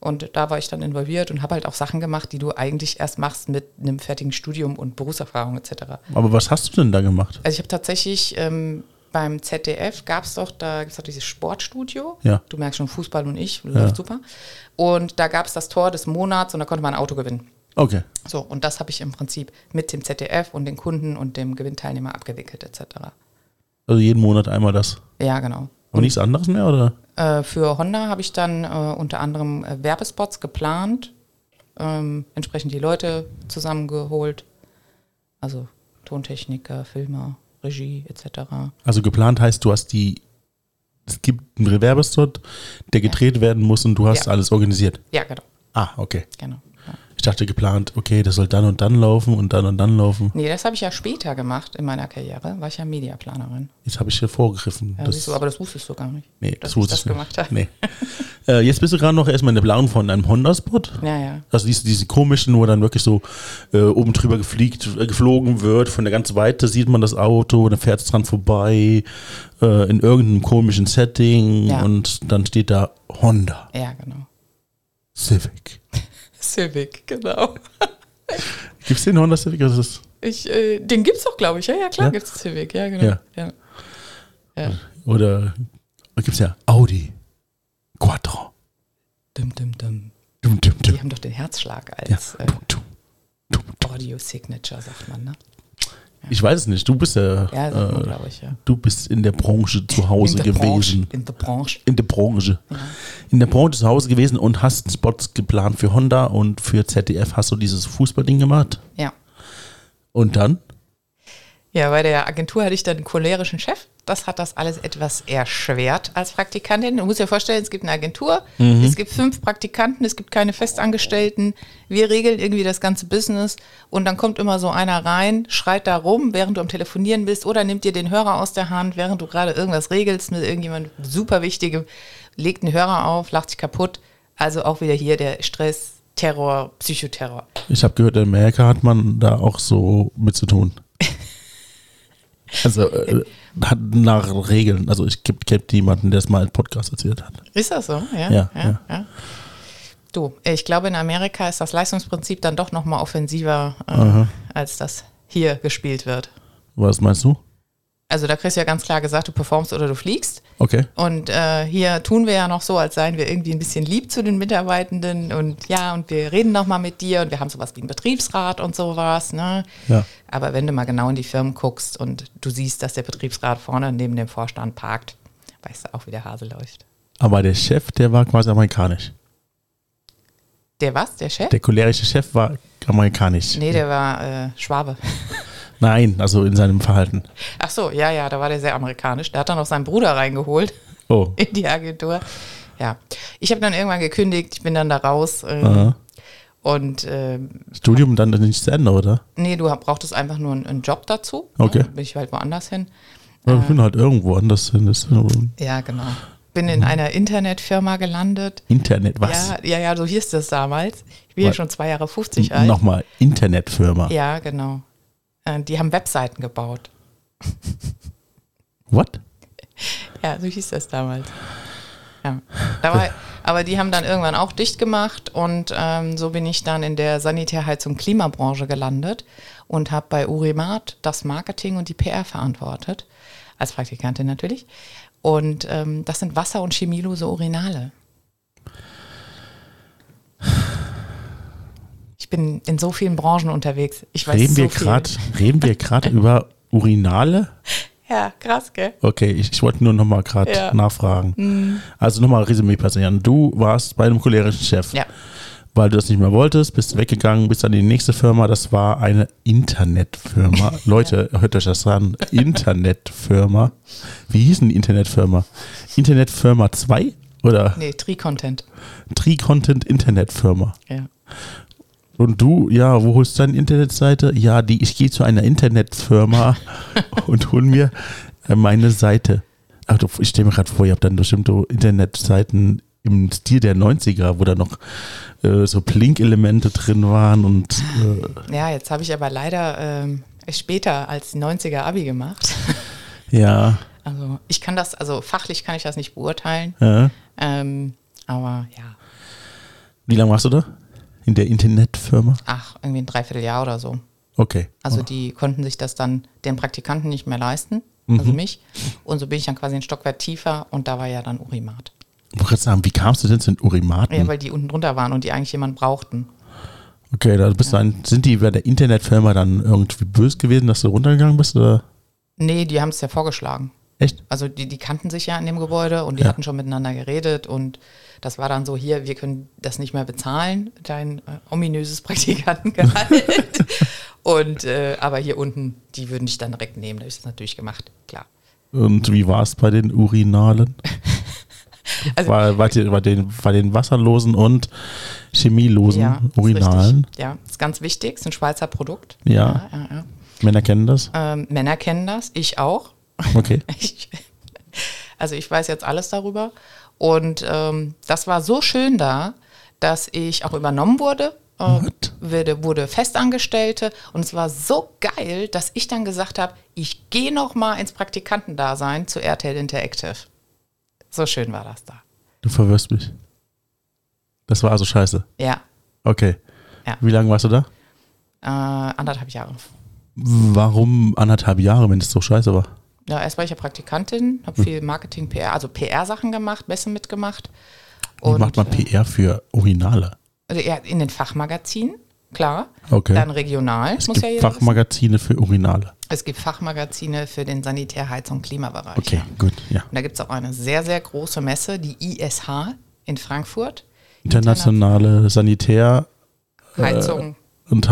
Speaker 2: Und da war ich dann involviert und habe halt auch Sachen gemacht, die du eigentlich erst machst mit einem fertigen Studium und Berufserfahrung etc.
Speaker 1: Aber was hast du denn da gemacht?
Speaker 2: Also ich habe tatsächlich ähm, beim ZDF gab es doch, da gibt es doch dieses Sportstudio.
Speaker 1: Ja.
Speaker 2: Du merkst schon, Fußball und ich, läuft super. Und da gab es das Tor des Monats und da konnte man ein Auto gewinnen.
Speaker 1: Okay.
Speaker 2: So, und das habe ich im Prinzip mit dem ZDF und den Kunden und dem Gewinnteilnehmer abgewickelt etc.
Speaker 1: Also jeden Monat einmal das.
Speaker 2: Ja, genau.
Speaker 1: Und nichts anderes mehr, oder?
Speaker 2: Äh, für Honda habe ich dann äh, unter anderem äh, Werbespots geplant, ähm, entsprechend die Leute zusammengeholt, also Tontechniker, Filmer, Regie etc.
Speaker 1: Also geplant heißt, du hast die, es gibt einen Reverbestort, der gedreht werden muss und du hast
Speaker 2: Ja.
Speaker 1: alles organisiert.
Speaker 2: Ja, genau.
Speaker 1: Ah, okay.
Speaker 2: genau. Ja.
Speaker 1: Ich dachte geplant, okay, das soll dann und dann laufen und dann und dann laufen.
Speaker 2: Nee, das habe ich ja später gemacht in meiner Karriere, war ich ja Mediaplanerin.
Speaker 1: Jetzt habe ich hier vorgegriffen.
Speaker 2: Ja,
Speaker 1: das,
Speaker 2: siehst du, aber das wusstest du gar nicht.
Speaker 1: nee,
Speaker 2: dass
Speaker 1: das
Speaker 2: ich
Speaker 1: wusste
Speaker 2: das
Speaker 1: ich nicht.
Speaker 2: gemacht habe.
Speaker 1: Nee. äh, jetzt bist du gerade noch erstmal in der Planung von einem Honda-Spot.
Speaker 2: Ja, ja.
Speaker 1: Also diese, diese komischen, wo dann wirklich so äh, oben drüber gefliegt, äh, geflogen wird, von der ganzen Weite sieht man das Auto, dann fährt es dran vorbei, äh, in irgendeinem komischen Setting
Speaker 2: Ja.
Speaker 1: und dann steht da Honda
Speaker 2: Ja, genau.
Speaker 1: Civic.
Speaker 2: Civic, genau.
Speaker 1: Gibt es den Honda Civic? Das ist,
Speaker 2: Ich, äh, den gibt's doch, glaube ich. Ja, ja, klar
Speaker 1: Ja?
Speaker 2: gibt's Civic. Ja, genau.
Speaker 1: Ja.
Speaker 2: Ja. Ja.
Speaker 1: oder gibt es ja Audi Quattro.
Speaker 2: Dum, dum, dum.
Speaker 1: Dum, dum, dum.
Speaker 2: Die haben doch den Herzschlag
Speaker 1: Ja.
Speaker 2: als äh,
Speaker 1: Dum, dum, dum, dum.
Speaker 2: Audio Signature, sagt man, ne?
Speaker 1: Ich weiß es nicht, du bist ja,
Speaker 2: Ja, sagt man,
Speaker 1: äh,
Speaker 2: glaube ich, ja.
Speaker 1: du bist in der Branche zu Hause
Speaker 2: in der
Speaker 1: gewesen.
Speaker 2: Branche, in der Branche.
Speaker 1: in der Branche. In der Branche zu Hause gewesen und hast Spots geplant für Honda und für ZDF hast du dieses Fußballding gemacht.
Speaker 2: Ja.
Speaker 1: Und dann?
Speaker 2: Ja, bei der Agentur hatte ich dann einen cholerischen Chef. Das hat das alles etwas erschwert als Praktikantin. Du musst dir vorstellen, es gibt eine Agentur, es gibt fünf Praktikanten, es gibt keine Festangestellten. Wir regeln irgendwie das ganze Business und dann kommt immer so einer rein, schreit da rum, während du am Telefonieren bist oder nimmt dir den Hörer aus der Hand, während du gerade irgendwas regelst mit irgendjemandem super Wichtigem, legt einen Hörer auf, lacht sich kaputt. Also auch wieder hier der Stress, Terror, Psychoterror.
Speaker 1: Ich habe gehört, in Amerika hat man da auch so mit zu tun. Also äh, hat nach Regeln. Also ich kenne jemanden, der es mal im Podcast erzählt hat.
Speaker 2: Ist das so? Ja.
Speaker 1: Ja, ja.
Speaker 2: Du, äh, ich glaube, in Amerika ist das Leistungsprinzip dann doch nochmal offensiver, äh, als das hier gespielt wird.
Speaker 1: Was meinst du?
Speaker 2: Also da kriegst du ja ganz klar gesagt, du performst oder du fliegst.
Speaker 1: Okay.
Speaker 2: Und äh, hier tun wir ja noch so, als seien wir irgendwie ein bisschen lieb zu den Mitarbeitenden und ja, und wir reden nochmal mit dir und wir haben sowas wie einen Betriebsrat und sowas. Ne?
Speaker 1: Ja.
Speaker 2: Aber wenn du mal genau in die Firmen guckst und du siehst, dass der Betriebsrat vorne neben dem Vorstand parkt, weißt du auch, wie der Hase läuft.
Speaker 1: Aber der Chef, der war quasi amerikanisch.
Speaker 2: Der was? Der Chef?
Speaker 1: Der cholerische Chef war amerikanisch.
Speaker 2: Nee, der war äh, Schwabe.
Speaker 1: Nein, also in seinem Verhalten.
Speaker 2: Ach so, ja, ja, da war der sehr amerikanisch. Der hat dann auch seinen Bruder reingeholt
Speaker 1: Oh.
Speaker 2: in die Agentur. Ja, ich habe dann irgendwann gekündigt, ich bin dann da raus. ähm,
Speaker 1: Aha.
Speaker 2: Und ähm,
Speaker 1: Studium dann nicht zu Ende, oder?
Speaker 2: nee, du brauchtest einfach nur einen, einen Job dazu.
Speaker 1: Okay.
Speaker 2: Ne? Bin ich halt woanders hin.
Speaker 1: Ja, Ich bin halt irgendwo anders hin. Das
Speaker 2: Ja, genau. Bin in einer Internetfirma gelandet.
Speaker 1: Internet, was?
Speaker 2: Ja, ja, ja, so hieß das damals. Ich bin ja
Speaker 1: Was?
Speaker 2: schon zwei Jahre 50
Speaker 1: N-
Speaker 2: alt.
Speaker 1: Nochmal, Internetfirma.
Speaker 2: Ja, genau. Äh, die haben Webseiten gebaut.
Speaker 1: What?
Speaker 2: Ja, so hieß das damals. Ja. Da war, aber die haben dann irgendwann auch dicht gemacht und ähm, so bin ich dann in der Sanitärheizung Klimabranche gelandet und habe bei Urimat das Marketing und die PR verantwortet, als Praktikantin natürlich. Und ähm, das sind Wasser- und chemielose Urinale. Ich bin in so vielen Branchen unterwegs. Ich weiß
Speaker 1: Reden
Speaker 2: so
Speaker 1: wir
Speaker 2: viel.
Speaker 1: gerade reden wir gerade über Urinale?
Speaker 2: Ja, krass, gell?
Speaker 1: Okay, ich, ich wollte nur nochmal gerade
Speaker 2: Ja. Mhm.
Speaker 1: nachfragen. Also nochmal Resümee passieren. Du warst bei einem cholerischen Chef,
Speaker 2: Ja,
Speaker 1: weil du das nicht mehr wolltest, bist weggegangen, bist an die nächste Firma. Das war eine Internetfirma. Leute, hört euch das an. Internetfirma. Wie hieß denn die Internetfirma? Internetfirma 2 oder
Speaker 2: nee, Tri-Content.
Speaker 1: Tri-Content Internetfirma?
Speaker 2: Ja.
Speaker 1: Und du, ja, wo holst du deine Internetseite? Ja, die, ich gehe zu einer Internetfirma und hol mir äh, meine Seite. Ach, du, ich stelle mir gerade vor, ihr habt dann bestimmte Internetseiten im Stil der 90er, wo da noch äh, so Plink-Elemente drin waren und äh,
Speaker 2: ja, jetzt habe ich aber leider ähm, später als 90er Abi gemacht.
Speaker 1: ja,
Speaker 2: Also ich kann das, also fachlich kann ich das nicht beurteilen.
Speaker 1: äh.
Speaker 2: Ähm, aber ja,
Speaker 1: Wie lange warst du da? In der Internetfirma?
Speaker 2: ach, irgendwie ein Dreivierteljahr oder so.
Speaker 1: Okay.
Speaker 2: Also die konnten sich das dann den Praktikanten nicht mehr leisten, also mich. Und so bin ich dann quasi ein Stockwerk tiefer und da war ja dann Urimat.
Speaker 1: Ich wollte gerade sagen, wie kamst du denn zu den
Speaker 2: Ja,
Speaker 1: Urimaten?
Speaker 2: weil die unten drunter waren und die eigentlich jemanden brauchten.
Speaker 1: okay, da bist du dann, sind die bei der Internetfirma dann irgendwie böse gewesen, dass du runtergegangen bist? Oder?
Speaker 2: Nee, die haben es ja vorgeschlagen.
Speaker 1: Echt?
Speaker 2: Also die, die kannten sich ja in dem Gebäude und die
Speaker 1: Ja.
Speaker 2: hatten schon miteinander geredet und das war dann so hier, wir können das nicht mehr bezahlen, dein äh, ominöses Praktikantengehalt. und äh, aber hier unten, die würden dich dann direkt nehmen, da habe ich das natürlich gemacht, klar.
Speaker 1: Und wie war es bei den Urinalen?
Speaker 2: Also-
Speaker 1: war, war, die, war den, bei den wasserlosen und chemielosen
Speaker 2: ist
Speaker 1: Urinalen.
Speaker 2: richtig. Ja, ist ganz wichtig, ist ein Schweizer Produkt.
Speaker 1: Ja.
Speaker 2: ja, ja.
Speaker 1: Männer kennen das.
Speaker 2: Ähm, Männer kennen das, ich auch.
Speaker 1: Okay.
Speaker 2: Ich, also ich weiß jetzt alles darüber. Und ähm, das war so schön da, dass ich auch übernommen wurde. Äh,
Speaker 1: What?
Speaker 2: wurde, wurde Festangestellte und es war so geil, dass ich dann gesagt habe, ich gehe noch mal ins Praktikantendasein zu RTL Interactive. So schön war das da.
Speaker 1: Du verwirrst mich. Das war also scheiße.
Speaker 2: Ja,
Speaker 1: Okay.
Speaker 2: Ja.
Speaker 1: Wie lange warst du da?
Speaker 2: äh, anderthalb Jahre.
Speaker 1: Warum anderthalb Jahre, wenn es so scheiße war?
Speaker 2: Ja, erst war ich ja Praktikantin,
Speaker 1: Hm.
Speaker 2: habe viel Marketing, PR, also PR-Sachen gemacht, Messen mitgemacht.
Speaker 1: Wie macht
Speaker 2: äh,
Speaker 1: man PR für Urinale?
Speaker 2: Also eher in den Fachmagazinen, klar.
Speaker 1: Okay.
Speaker 2: Dann regional,
Speaker 1: es
Speaker 2: muss
Speaker 1: gibt
Speaker 2: ja jeder wissen.
Speaker 1: Fachmagazine für Urinale.
Speaker 2: Es gibt Fachmagazine für den Sanitär-, Heiz- und Klimabereich.
Speaker 1: Okay, gut, ja.
Speaker 2: Und da gibt es auch eine sehr, sehr große Messe, die ISH in Frankfurt.
Speaker 1: Internationale Sanitär-
Speaker 2: Heizung,
Speaker 1: und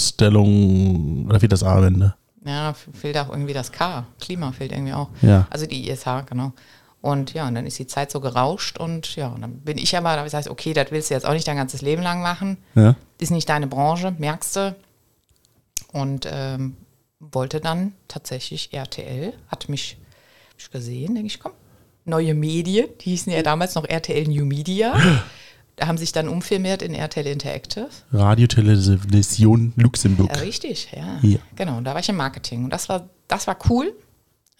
Speaker 1: Heizungsausstellungen, oder wie das A am Ende?
Speaker 2: ja, f- fehlt auch irgendwie das K. Klima fehlt irgendwie auch.
Speaker 1: Ja.
Speaker 2: Also die ISH, genau. Und ja, und dann ist die Zeit so gerauscht und ja, und dann bin ich aber, da hab ich gesagt, okay, das willst du jetzt auch nicht dein ganzes Leben lang machen.
Speaker 1: Ja.
Speaker 2: ist nicht deine Branche, merkst du. Und ähm, wollte dann tatsächlich RTL, hat mich, hab ich gesehen, denke ich, komm, neue Medien, die hießen ja damals noch RTL New Media, da haben sich dann umfirmiert in RTL Interactive.
Speaker 1: Radiotelevision Luxemburg.
Speaker 2: Ja, richtig, ja.
Speaker 1: Ja.
Speaker 2: Genau, und da war ich im Marketing und das war, das war cool.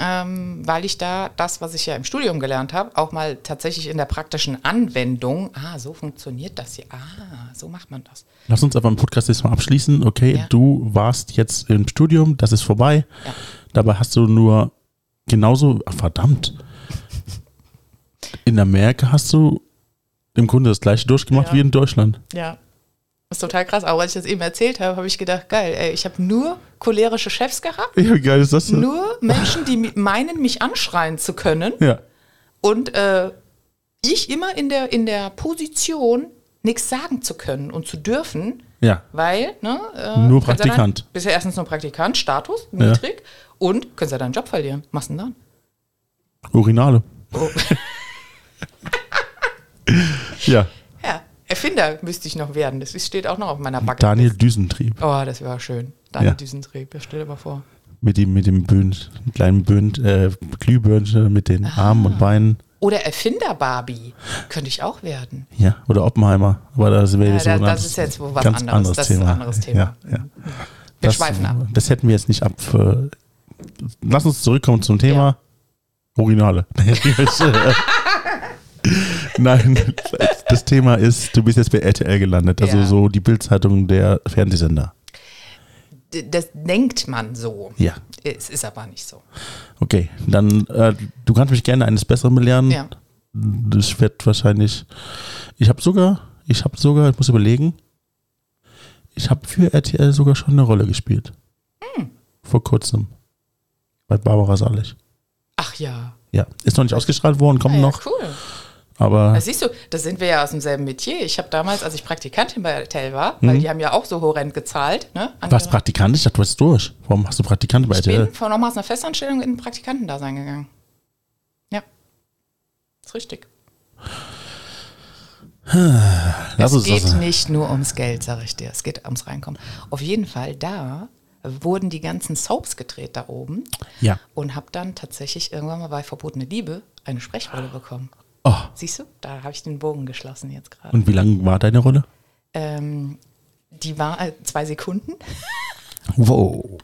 Speaker 2: Ähm, weil ich da das, was ich ja im Studium gelernt habe, auch mal tatsächlich in der praktischen Anwendung, ah, so funktioniert das hier, ah, so macht man das.
Speaker 1: Lass uns aber im Podcast jetzt mal abschließen. Okay,
Speaker 2: Ja.
Speaker 1: du warst jetzt im Studium, das ist vorbei.
Speaker 2: Ja.
Speaker 1: Dabei hast du nur genauso, ach, verdammt. In Amerika hast du im Grunde das gleiche durchgemacht
Speaker 2: Ja.
Speaker 1: wie in Deutschland.
Speaker 2: Ja. Ist total krass. Aber als ich das eben erzählt habe, habe ich gedacht, geil, ey, ich habe nur cholerische Chefs gehabt.
Speaker 1: Ja, wie geil ist das denn?
Speaker 2: Nur Menschen, die mi- meinen, mich anschreien zu können.
Speaker 1: Ja.
Speaker 2: Und äh, ich immer in der, in der Position, nichts sagen zu können und zu dürfen,
Speaker 1: Ja.
Speaker 2: weil, ne? Äh,
Speaker 1: Nur
Speaker 2: kannst ja
Speaker 1: Praktikant.
Speaker 2: Dann, bist ja erstens nur Praktikant, Status,
Speaker 1: Ja.
Speaker 2: niedrig. Und kannst ja deinen Job verlieren. Was denn dann?
Speaker 1: Urinale.
Speaker 2: Oh.
Speaker 1: Ja.
Speaker 2: ja, Erfinder müsste ich noch werden. Das steht auch noch auf meiner Backe.
Speaker 1: Daniel Düsentrieb
Speaker 2: Oh, das wäre schön. Daniel
Speaker 1: Ja.
Speaker 2: Düsentrieb, ja, stell dir mal vor.
Speaker 1: mit dem, mit dem Böhn, kleinen Böhn, äh, Glühbirnchen mit den
Speaker 2: Ah.
Speaker 1: Armen und Beinen.
Speaker 2: Oder Erfinder Barbie. Könnte ich auch werden.
Speaker 1: Ja, oder Oppenheimer. Aber das wäre
Speaker 2: Ja,
Speaker 1: jetzt so
Speaker 2: da-
Speaker 1: ein
Speaker 2: das
Speaker 1: anderes-
Speaker 2: ist jetzt wo was
Speaker 1: ganz
Speaker 2: anderes. Das ist ein anderes Thema.
Speaker 1: Ja, ja.
Speaker 2: Wir
Speaker 1: das,
Speaker 2: schweifen ab.
Speaker 1: Das hätten wir jetzt nicht ab. äh, Lass uns zurückkommen zum Thema Originale. Nein, das Thema ist, du bist jetzt bei RTL gelandet, also
Speaker 2: Ja.
Speaker 1: so die Bildzeitung der Fernsehsender.
Speaker 2: D- Das denkt man so.
Speaker 1: Ja,
Speaker 2: Es ist aber nicht so.
Speaker 1: okay. Dann, äh, du kannst mich gerne eines Besseren belehren.
Speaker 2: Ja.
Speaker 1: Das wird wahrscheinlich. Ich habe sogar, ich habe sogar, ich muss überlegen. Ich habe für RTL sogar schon eine Rolle gespielt.
Speaker 2: Hm.
Speaker 1: Vor kurzem. Bei Barbara Salich.
Speaker 2: Ach ja.
Speaker 1: Ja, ist noch nicht ausgestrahlt worden, kommt
Speaker 2: Ah ja,
Speaker 1: noch.
Speaker 2: Cool.
Speaker 1: Aber
Speaker 2: Das siehst du, da sind wir ja aus demselben Metier. Ich habe damals, als ich Praktikantin bei RTL war, weil die haben ja auch so horrend gezahlt, ne? an
Speaker 1: Hm. was
Speaker 2: ihre-
Speaker 1: Praktikant? Ich dachte, du bist durch. Warum hast du Praktikant bei
Speaker 2: Ich
Speaker 1: RTL?
Speaker 2: bin von nochmals einer Festanstellung in ein Praktikantendasein gegangen. Ja. Ist richtig.
Speaker 1: Lass
Speaker 2: es
Speaker 1: uns
Speaker 2: geht
Speaker 1: das.
Speaker 2: nicht nur ums Geld, sage ich dir. Es geht ums Reinkommen. Auf jeden Fall, da wurden die ganzen Soaps gedreht da oben
Speaker 1: Ja.
Speaker 2: und habe dann tatsächlich irgendwann mal bei Verbotene Liebe eine Sprechrolle bekommen.
Speaker 1: Oh.
Speaker 2: Siehst du, da habe ich den Bogen geschlossen jetzt gerade.
Speaker 1: Und wie lange war deine Rolle?
Speaker 2: Ähm, die war äh, zwei Sekunden.
Speaker 1: Wow.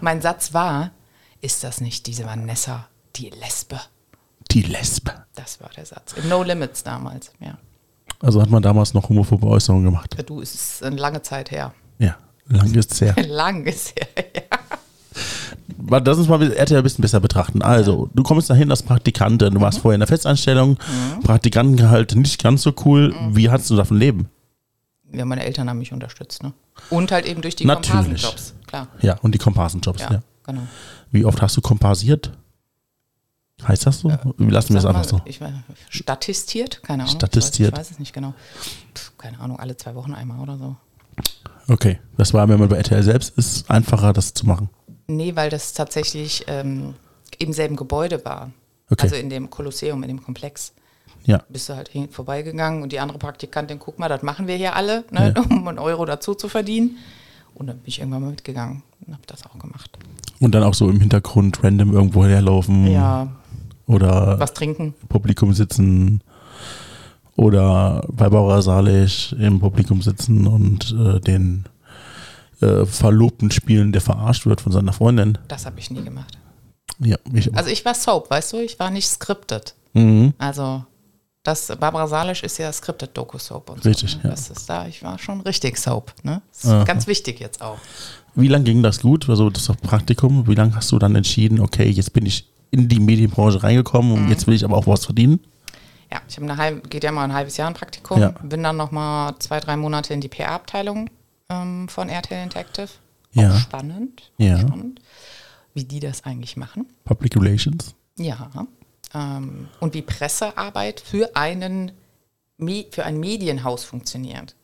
Speaker 2: Mein Satz war, ist das nicht diese Vanessa, die Lesbe?
Speaker 1: Die Lesbe.
Speaker 2: Das war der Satz. Im No Limits damals, ja.
Speaker 1: Also hat man damals noch homophobe Äußerungen gemacht.
Speaker 2: Ja, Du, es ist eine lange Zeit her.
Speaker 1: Ja, lang ist's her.
Speaker 2: Lang ist her.
Speaker 1: Warte, Lass uns mal RTL ein bisschen besser betrachten. Also, du kommst dahin als Praktikantin. Du warst
Speaker 2: Mhm.
Speaker 1: vorher in der Festanstellung. Praktikantengehalt nicht ganz so cool.
Speaker 2: Mhm.
Speaker 1: Wie hattest du davon leben?
Speaker 2: Ja, meine Eltern haben mich unterstützt, ne? Und halt eben durch die
Speaker 1: Natürlich.
Speaker 2: Komparsenjobs, klar.
Speaker 1: Ja, und die Komparsenjobs.
Speaker 2: Ja,
Speaker 1: Ja.
Speaker 2: genau.
Speaker 1: Wie oft hast du komparsiert? Heißt das so? Wie lassen wir es
Speaker 2: Sag
Speaker 1: einfach so?
Speaker 2: mal, Ich weiß, statistiert, keine Ahnung.
Speaker 1: Statistiert.
Speaker 2: Ich weiß, ich weiß es nicht genau. Pff, keine Ahnung, alle zwei Wochen einmal oder so.
Speaker 1: Okay, das war, wenn man bei RTL selbst ist, einfacher, das zu machen.
Speaker 2: Nee, weil das tatsächlich ähm, im selben Gebäude war.
Speaker 1: Okay.
Speaker 2: Also in dem Kolosseum, in dem Komplex.
Speaker 1: Ja,
Speaker 2: Bist du halt hin, vorbeigegangen und die andere Praktikantin, guck mal, das machen wir hier alle, ne, um einen Euro dazu zu verdienen. Und dann bin ich irgendwann mal mitgegangen und habe das auch gemacht.
Speaker 1: und dann auch so im Hintergrund random irgendwo herlaufen
Speaker 2: Ja,
Speaker 1: oder
Speaker 2: was trinken.
Speaker 1: Publikum sitzen oder bei Barbara Salisch im Publikum sitzen und äh, den äh, Verlobten spielen, der verarscht wird von seiner Freundin.
Speaker 2: Das habe ich nie gemacht.
Speaker 1: Ja, ich,
Speaker 2: Also ich war Soap, weißt du, ich war nicht scripted.
Speaker 1: mhm.
Speaker 2: Also das Barbara Salisch ist ja scripted Doku-Soap und
Speaker 1: Richtig,
Speaker 2: so. ne?
Speaker 1: ja.
Speaker 2: Das ist da, ich war schon richtig Soap, ne? Das
Speaker 1: Aha.
Speaker 2: ist ganz wichtig jetzt auch.
Speaker 1: Wie lange ging das gut? Also das Praktikum, wie lange hast du dann entschieden, okay, jetzt bin ich in die Medienbranche reingekommen und jetzt will ich aber auch was verdienen?
Speaker 2: Ja, ich habe eine halbe, geht ja mal ein halbes Jahr ein Praktikum,
Speaker 1: Ja.
Speaker 2: bin dann nochmal zwei, drei Monate in die PR-Abteilung ähm, von RTL Interactive.
Speaker 1: Ja.
Speaker 2: Auch spannend.
Speaker 1: Ja.
Speaker 2: Spannend, wie die das eigentlich machen.
Speaker 1: Public Relations?
Speaker 2: Ja. Ähm, und wie Pressearbeit für einen Me- für ein Medienhaus funktioniert.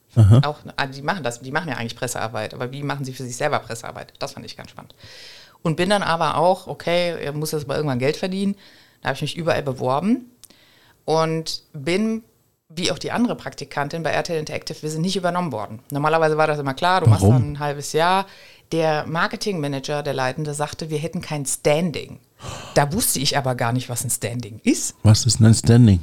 Speaker 2: Auch, also die machen das, die machen ja eigentlich Pressearbeit, aber wie machen sie für sich selber Pressearbeit? Das fand ich ganz spannend. Und bin dann aber auch, okay, ihr muss jetzt mal irgendwann Geld verdienen. Da habe ich mich überall beworben und bin, wie auch die andere Praktikantin bei RTL Interactive, wir sind nicht übernommen worden. Normalerweise war das immer klar, du machst
Speaker 1: Warum?
Speaker 2: dann ein halbes Jahr. Der Marketingmanager, der Leitende, sagte, wir hätten kein Standing. Da wusste ich aber gar nicht, was ein Standing ist.
Speaker 1: Was ist denn ein Standing?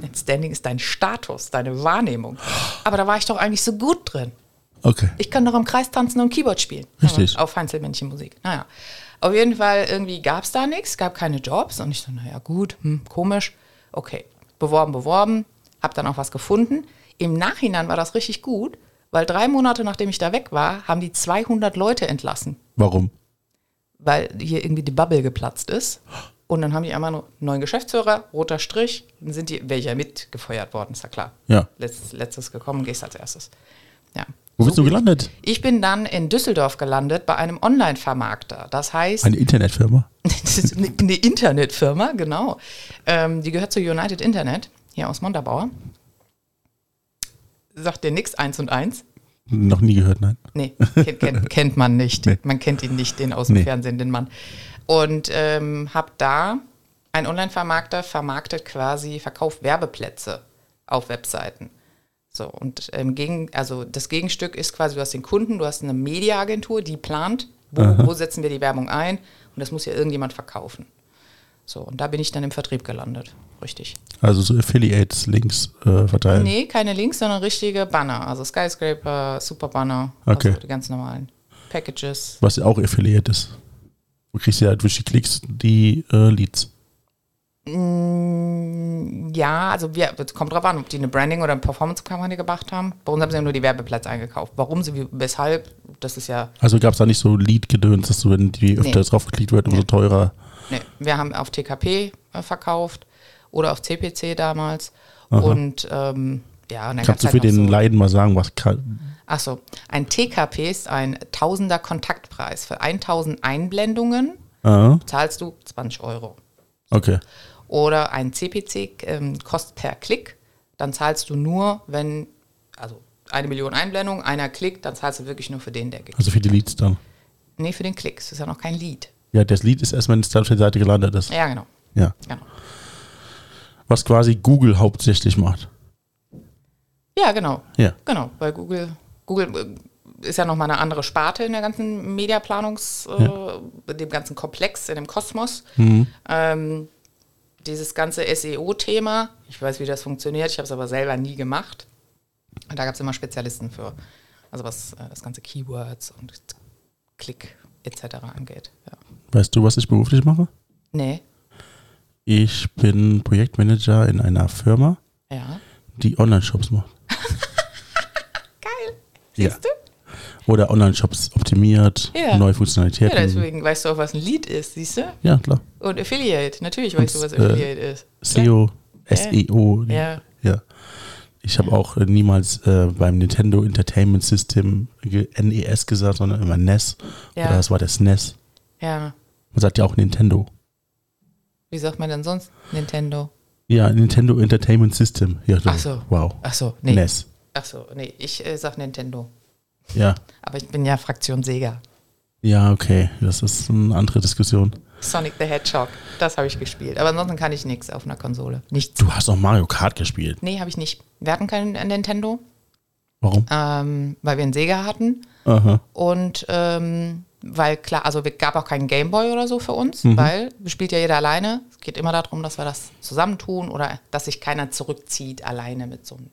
Speaker 2: Dein Standing ist dein Status, deine Wahrnehmung. Aber da war ich doch eigentlich so gut drin.
Speaker 1: Okay.
Speaker 2: Ich kann doch im Kreis tanzen und Keyboard spielen.
Speaker 1: Richtig.
Speaker 2: Aber Auf Heinzelmännchenmusik. Naja. Auf jeden Fall, irgendwie gab es da nichts, gab keine Jobs. Und ich so, naja, gut, hm, komisch. Okay. Beworben, beworben. Hab dann auch was gefunden. Im Nachhinein war das richtig gut, weil drei Monate nachdem ich da weg war, haben die 200 Leute entlassen,
Speaker 1: Warum?
Speaker 2: weil hier irgendwie die Bubble geplatzt ist. Und dann haben die einmal nur neuen Geschäftsführer, roter Strich, dann sind die, welcher mitgefeuert worden, ist ja klar
Speaker 1: Ja.
Speaker 2: letztes, letztes gekommen, gehst als erstes. Ja.
Speaker 1: Wo bist du gelandet?
Speaker 2: Ich bin dann in Düsseldorf gelandet bei einem Online-Vermarkter. Das heißt,
Speaker 1: Eine Internetfirma.
Speaker 2: das ist eine, eine Internetfirma, genau. Ähm, die gehört zu United Internet, hier aus Montabaur. Sagt dir nichts, eins und eins?
Speaker 1: Noch nie gehört, nein.
Speaker 2: Nee, kennt, kennt, kennt man nicht. Man kennt ihn nicht, den aus dem
Speaker 1: Nee.
Speaker 2: Fernsehen, den Mann. Und ähm, habe da, ein Online-Vermarkter vermarktet quasi, verkauft Werbeplätze auf Webseiten. So, und ähm, gegen, also das Gegenstück ist quasi, du hast den Kunden, du hast eine Mediaagentur, die plant, wo, wo setzen wir die Werbung ein und das muss ja irgendjemand verkaufen. So, und da bin ich dann im Vertrieb gelandet. Richtig.
Speaker 1: Also so Affiliates, Links äh, verteilen.
Speaker 2: Nee, keine Links, sondern richtige Banner. Also Skyscraper, Superbanner,
Speaker 1: Okay.
Speaker 2: also die ganz normalen Packages.
Speaker 1: Was ja auch Affiliate ist. Du kriegst ja durch die Klicks die äh, Leads.
Speaker 2: Ja, also wir, es kommt drauf an, ob die eine Branding oder eine Performance-Kampagne gemacht haben. Bei uns haben sie ja nur die Werbeplätze eingekauft. Warum sie, wie- weshalb, das ist ja,
Speaker 1: Also gab es da nicht so Lead-Gedöns, dass du, wenn die öfter
Speaker 2: Nee.
Speaker 1: draufgeklickt wird, umso teurer.
Speaker 2: ne, wir haben auf TKP äh, verkauft oder auf CPC damals. Und ähm, ja, und dann
Speaker 1: Kannst du
Speaker 2: gab's
Speaker 1: für
Speaker 2: halt noch
Speaker 1: den
Speaker 2: so,
Speaker 1: Leiden mal sagen, was kann,
Speaker 2: Achso, ein TKP ist ein Tausender Kontaktpreis. Für 1000 Einblendungen
Speaker 1: Ah,
Speaker 2: zahlst du 20 Euro.
Speaker 1: okay.
Speaker 2: Oder ein CPC ähm, kostet per Klick, dann zahlst du nur, wenn, also eine Million Einblendungen, einer klickt, dann zahlst du wirklich nur für den, der geklickt
Speaker 1: Also für die Leads dann.
Speaker 2: Nee, für den Klick. Es ist ja noch kein Lied.
Speaker 1: Ja, das Lied ist erst, wenn es dann auf der Seite gelandet ist.
Speaker 2: Ja, genau.
Speaker 1: Ja.
Speaker 2: genau.
Speaker 1: Was quasi Google hauptsächlich macht.
Speaker 2: Ja, genau.
Speaker 1: Ja.
Speaker 2: Genau, weil Google, Google äh, ist ja nochmal eine andere Sparte in der ganzen Mediaplanungs, äh, dem ganzen Komplex, in dem Kosmos. Ähm, dieses ganze SEO-Thema, ich weiß, wie das funktioniert, ich habe es aber selber nie gemacht. Und da gab es immer Spezialisten für, also was äh, das ganze Keywords und Klick etc. angeht. Ja.
Speaker 1: Weißt du, was ich beruflich mache?
Speaker 2: Nee,
Speaker 1: Ich bin Projektmanager in einer Firma,
Speaker 2: ja,
Speaker 1: die Online-Shops macht.
Speaker 2: geil.
Speaker 1: Ja.
Speaker 2: Siehst du?
Speaker 1: Oder Online-Shops optimiert,
Speaker 2: Ja.
Speaker 1: neue
Speaker 2: Ja,
Speaker 1: Funktionalitäten.
Speaker 2: deswegen weißt du auch, was ein Lead ist, siehst du?
Speaker 1: Ja, klar. E
Speaker 2: Und Affiliate, natürlich weißt du, was
Speaker 1: äh,
Speaker 2: Affiliate ist.
Speaker 1: SEO,
Speaker 2: Ja.
Speaker 1: SEO.
Speaker 2: Ja.
Speaker 1: ja. Ich habe auch äh, niemals äh, beim Nintendo Entertainment System ge- NES gesagt, sondern immer NES.
Speaker 2: Ja.
Speaker 1: Oder es war das NES.
Speaker 2: Ja.
Speaker 1: Man sagt ja auch Nintendo.
Speaker 2: Wie sagt man denn sonst Nintendo?
Speaker 1: Ja, Nintendo Entertainment System. Ja,
Speaker 2: Ach so.
Speaker 1: Wow. E
Speaker 2: Ach so, nee.
Speaker 1: NES.
Speaker 2: Ach so, nee, ich äh, sag Nintendo.
Speaker 1: Ja.
Speaker 2: Aber ich bin ja Fraktion Sega.
Speaker 1: Ja, okay. Das ist eine andere Diskussion.
Speaker 2: Sonic the Hedgehog, das habe ich gespielt. Aber ansonsten kann ich nichts auf einer Konsole. Nichts.
Speaker 1: Du hast auch Mario Kart gespielt.
Speaker 2: Nee, habe ich nicht. Wir hatten keinen äh, Nintendo,
Speaker 1: Warum?
Speaker 2: ähm, weil wir einen Sega hatten.
Speaker 1: Aha.
Speaker 2: Und ähm, weil klar, also es gab auch keinen Gameboy oder so für uns, weil spielt ja jeder alleine. Es geht immer darum, dass wir das zusammentun oder dass sich keiner zurückzieht alleine mit so einem.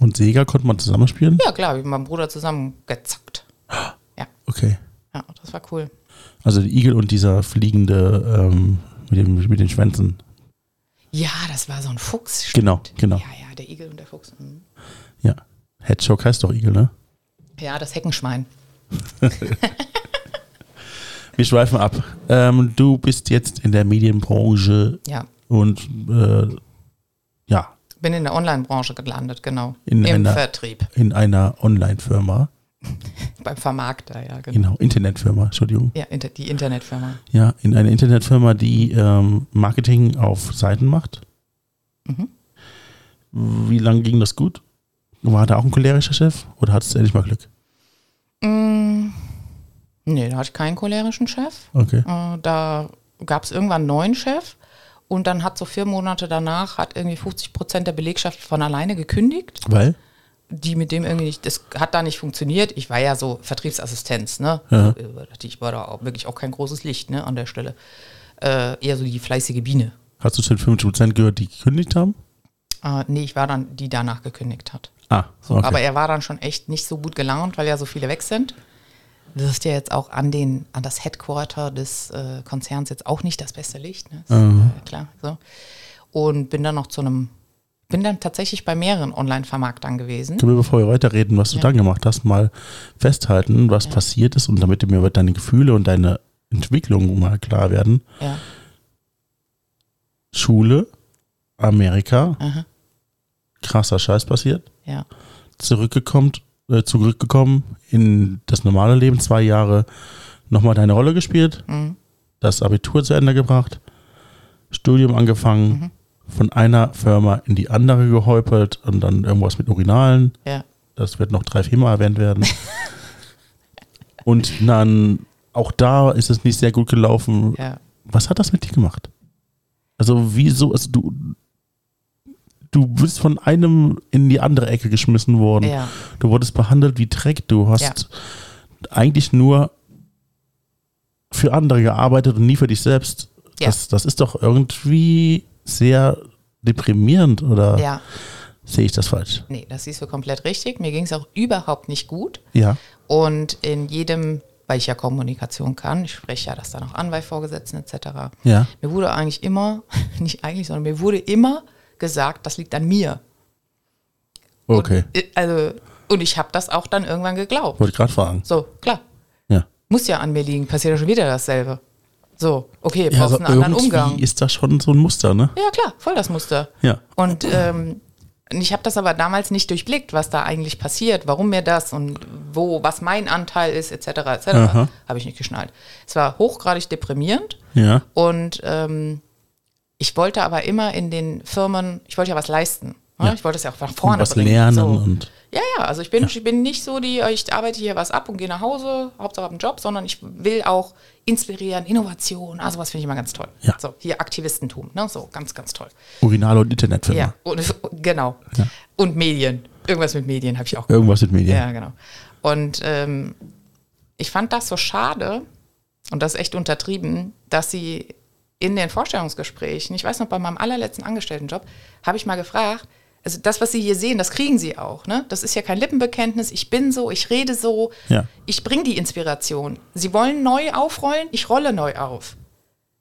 Speaker 1: Und Sega konnte man zusammenspielen?
Speaker 2: Ja, klar, wie mit meinem Bruder zusammen gezockt. Ja,
Speaker 1: Okay.
Speaker 2: ja, das war cool.
Speaker 1: Also die Igel und dieser fliegende ähm, mit, dem, mit den Schwänzen.
Speaker 2: Ja, das war so ein Fuchs. stimmt.
Speaker 1: Genau, genau.
Speaker 2: Ja, ja, der Igel und der Fuchs. Mhm.
Speaker 1: Ja. Hedgehog heißt doch Igel, ne?
Speaker 2: Ja, das Heckenschwein.
Speaker 1: Wir schweifen ab. Ähm, du bist jetzt in der Medienbranche
Speaker 2: Ja.
Speaker 1: und äh, ja,
Speaker 2: Bin in der Online-Branche gelandet, genau.
Speaker 1: In
Speaker 2: Im
Speaker 1: einer-
Speaker 2: Vertrieb.
Speaker 1: in einer Online-Firma.
Speaker 2: Beim Vermarkter, ja, genau.
Speaker 1: Genau, Internetfirma, Entschuldigung.
Speaker 2: Ja, inter die Internetfirma.
Speaker 1: Ja, in einer Internetfirma, die ähm, Marketing auf Seiten macht. Wie lange ging das gut? War da auch ein cholerischer Chef oder hattest du endlich mal Glück?
Speaker 2: Mm, nee, da hatte ich keinen cholerischen Chef.
Speaker 1: Okay.
Speaker 2: Äh, da gab es irgendwann einen neuen Chef. Und dann hat so vier Monate danach, hat irgendwie 50 Prozent der Belegschaft von alleine gekündigt.
Speaker 1: Weil?
Speaker 2: die mit dem irgendwie nicht, das hat da nicht funktioniert. Ich war ja so Vertriebsassistenz, ne?
Speaker 1: Ja.
Speaker 2: Ich war da auch wirklich auch kein großes Licht, ne, an der Stelle. Äh, eher so die fleißige Biene.
Speaker 1: Hast du schon 50% gehört, die gekündigt haben?
Speaker 2: Äh, nee, ich war dann, die danach gekündigt hat.
Speaker 1: Ah,
Speaker 2: So,
Speaker 1: okay.
Speaker 2: Aber er war dann schon echt nicht so gut gelaunt, weil ja so viele weg sind. Wirst ja jetzt auch an den, an das Headquarter des äh, Konzerns jetzt auch nicht das beste Licht, ne? Ist, äh, klar. So. Und bin dann noch zu einem, bin dann tatsächlich bei mehreren Online-Vermarktern gewesen.
Speaker 1: Können wir, bevor wir weiterreden, was du dann gemacht hast, mal festhalten, was passiert ist und damit du mir über deine Gefühle und deine Entwicklung mal klar werden.
Speaker 2: Ja.
Speaker 1: Schule, Amerika,
Speaker 2: Aha.
Speaker 1: krasser Scheiß passiert,
Speaker 2: Ja.
Speaker 1: zurückgekommen, äh, zurückgekommen in das normale Leben, zwei Jahre nochmal deine Rolle gespielt, das Abitur zu Ende gebracht, Studium angefangen, von einer Firma in die andere gehäupelt und dann irgendwas mit Urinalen.
Speaker 2: Ja.
Speaker 1: Das wird noch drei, viermal erwähnt werden. Und dann, auch da ist es nicht sehr gut gelaufen.
Speaker 2: Ja.
Speaker 1: Was hat das mit dir gemacht? Also, wieso, also du, du bist von einem in die andere Ecke geschmissen worden.
Speaker 2: Ja.
Speaker 1: Du wurdest behandelt wie Dreck. Du hast eigentlich nur für andere gearbeitet und nie für dich selbst.
Speaker 2: Ja.
Speaker 1: Das, das ist doch irgendwie sehr deprimierend, oder
Speaker 2: Ja,
Speaker 1: sehe ich das falsch?
Speaker 2: nee, das siehst du komplett richtig. Mir ging es auch überhaupt nicht gut.
Speaker 1: Ja.
Speaker 2: Und in jedem, weil ich ja Kommunikation kann, ich spreche ja das dann auch an bei Vorgesetzten etc.
Speaker 1: Ja.
Speaker 2: Mir wurde eigentlich immer, nicht eigentlich, sondern mir wurde immer gesagt, das liegt an mir.
Speaker 1: Okay.
Speaker 2: Und, äh, also, und ich habe das auch dann irgendwann geglaubt.
Speaker 1: Wollte gerade fragen.
Speaker 2: So, klar,
Speaker 1: Ja.
Speaker 2: muss ja an mir liegen, passiert ja schon wieder dasselbe. So, okay, brauchst
Speaker 1: Ja, also
Speaker 2: einen anderen
Speaker 1: irgendwie
Speaker 2: Umgang.
Speaker 1: ist das schon so ein Muster, ne?
Speaker 2: Ja, klar, voll das Muster.
Speaker 1: Ja.
Speaker 2: Und ähm, Und ich habe das aber damals nicht durchblickt, was da eigentlich passiert, warum mir das und wo, was mein Anteil ist, etc. etc.
Speaker 1: Aha.
Speaker 2: Habe ich nicht geschnallt. Es war hochgradig deprimierend
Speaker 1: Ja.
Speaker 2: und ähm, ich wollte aber immer in den Firmen, ich wollte ja was leisten. ne?
Speaker 1: Ja.
Speaker 2: Ich wollte es ja auch nach vorne
Speaker 1: was
Speaker 2: bringen,
Speaker 1: lernen
Speaker 2: so.
Speaker 1: und
Speaker 2: Ja, ja, also ich bin, ich bin nicht so die, äh, ich arbeite hier was ab und gehe nach Hause, Hauptsache hab einen Job, sondern ich will auch inspirieren, Innovation, also was finde ich immer ganz toll.
Speaker 1: Ja.
Speaker 2: So, hier Aktivistentum, ne? So, ganz, ganz toll.
Speaker 1: Urinale und Internetfirma.
Speaker 2: Ja, und, genau. Und Medien. Irgendwas mit Medien habe ich auch.
Speaker 1: Irgendwas mit Medien.
Speaker 2: Ja, genau. Und ähm, ich fand das so schade und das ist echt untertrieben, dass sie in den Vorstellungsgesprächen, ich weiß noch, bei meinem allerletzten Angestelltenjob, habe ich mal gefragt, also das, was Sie hier sehen, das kriegen Sie auch. Ne? Das ist ja kein Lippenbekenntnis. Ich bin so, ich rede so,
Speaker 1: Ja.
Speaker 2: ich bringe die Inspiration. Sie wollen neu aufrollen, ich rolle neu auf.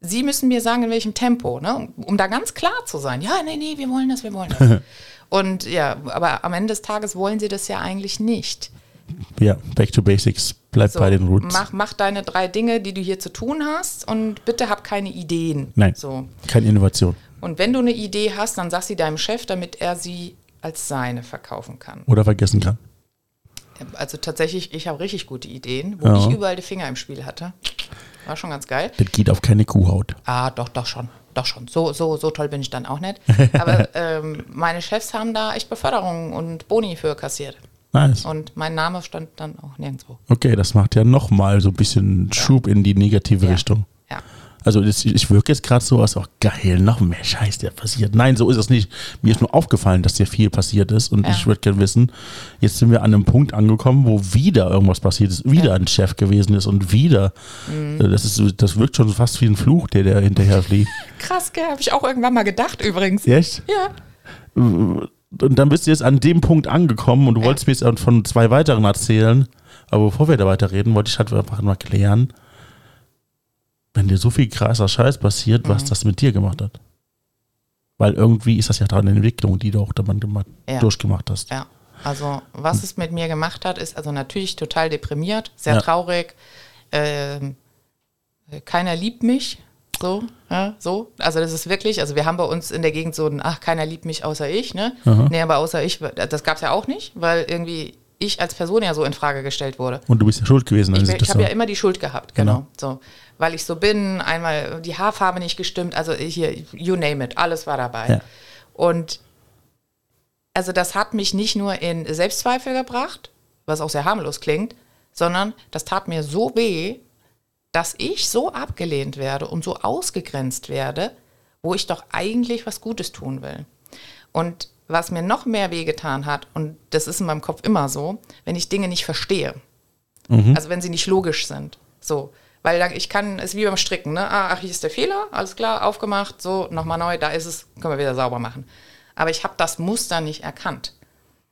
Speaker 2: Sie müssen mir sagen, in welchem Tempo, ne? um, um da ganz klar zu sein. Ja, nee, nee, wir wollen das, wir wollen das. Und ja, aber am Ende des Tages wollen sie das ja eigentlich nicht.
Speaker 1: Ja, back to basics. Bleib bei den Roots.
Speaker 2: Mach, mach deine drei Dinge, die du hier zu tun hast und bitte hab keine Ideen.
Speaker 1: Nein,
Speaker 2: So.
Speaker 1: keine Innovation.
Speaker 2: Und wenn du eine Idee hast, dann sag sie deinem Chef, damit er sie als seine verkaufen kann.
Speaker 1: Oder vergessen kann.
Speaker 2: Also tatsächlich, ich habe richtig gute Ideen, wo
Speaker 1: Ja.
Speaker 2: ich überall die Finger im Spiel hatte. War schon ganz geil.
Speaker 1: Das geht auf keine Kuhhaut.
Speaker 2: Ah, doch, doch schon. Doch schon. So, so, so toll bin ich dann auch nicht. Aber ähm, meine Chefs haben da echt Beförderungen und Boni für kassiert.
Speaker 1: Nice.
Speaker 2: Und mein Name stand dann auch nirgendwo.
Speaker 1: Okay, das macht ja nochmal so ein bisschen Schub in die negative Richtung.
Speaker 2: Ja.
Speaker 1: Also das, ich wirke jetzt gerade so, als auch geil, noch mehr Scheiß, der passiert. Nein, so ist es nicht. Mir ist nur aufgefallen, dass sehr viel passiert ist und
Speaker 2: Ja.
Speaker 1: ich würde gerne wissen, jetzt sind wir an einem Punkt angekommen, wo wieder irgendwas passiert ist, wieder
Speaker 2: Ja. Mhm.
Speaker 1: ein Chef gewesen ist und wieder. Äh, Das, ist, so- das wirkt schon fast wie ein Fluch, der da hinterher fliegt.
Speaker 2: Krass, gell? Habe ich auch irgendwann mal gedacht übrigens.
Speaker 1: Echt?
Speaker 2: Ja.
Speaker 1: Und dann bist du jetzt an dem Punkt angekommen und du wolltest mir jetzt auch von zwei weiteren erzählen. Aber bevor wir da weiterreden, wollte ich halt einfach mal klären, wenn dir so viel krasser Scheiß passiert,
Speaker 2: Mhm.
Speaker 1: was das mit dir gemacht hat. Weil irgendwie ist das ja da eine Entwicklung, die du auch dann gemacht,
Speaker 2: Ja.
Speaker 1: durchgemacht hast.
Speaker 2: Ja. Also, was es mit mir gemacht hat, ist also natürlich total deprimiert, sehr
Speaker 1: Ja.
Speaker 2: traurig. Ähm, keiner liebt mich. So, ja, so. Also, das ist wirklich, also wir haben bei uns in der Gegend so ein, ach, keiner liebt mich außer ich, ne? Nee, aber außer ich, das gab es ja auch nicht, weil irgendwie ich als Person ja so in Frage gestellt wurde.
Speaker 1: Und du bist ja schuld gewesen. an
Speaker 2: Ich,
Speaker 1: der
Speaker 2: ich habe ja
Speaker 1: Situation.
Speaker 2: immer die Schuld gehabt, genau. So, weil ich so bin, einmal die Haarfarbe nicht gestimmt, also hier, you name it, alles war dabei.
Speaker 1: Ja.
Speaker 2: Und also das hat mich nicht nur in Selbstzweifel gebracht, was auch sehr harmlos klingt, sondern das tat mir so weh, dass ich so abgelehnt werde und so ausgegrenzt werde, wo ich doch eigentlich was Gutes tun will. Und was mir noch mehr wehgetan hat, und das ist in meinem Kopf immer so, wenn ich Dinge nicht verstehe.
Speaker 1: Mhm.
Speaker 2: Also wenn sie nicht logisch sind. So. Weil dann, ich kann, es ist wie beim Stricken, ne? Ah, ach, hier ist der Fehler, alles klar, aufgemacht, so, nochmal neu, da ist es, können wir wieder sauber machen. Aber ich habe das Muster nicht erkannt.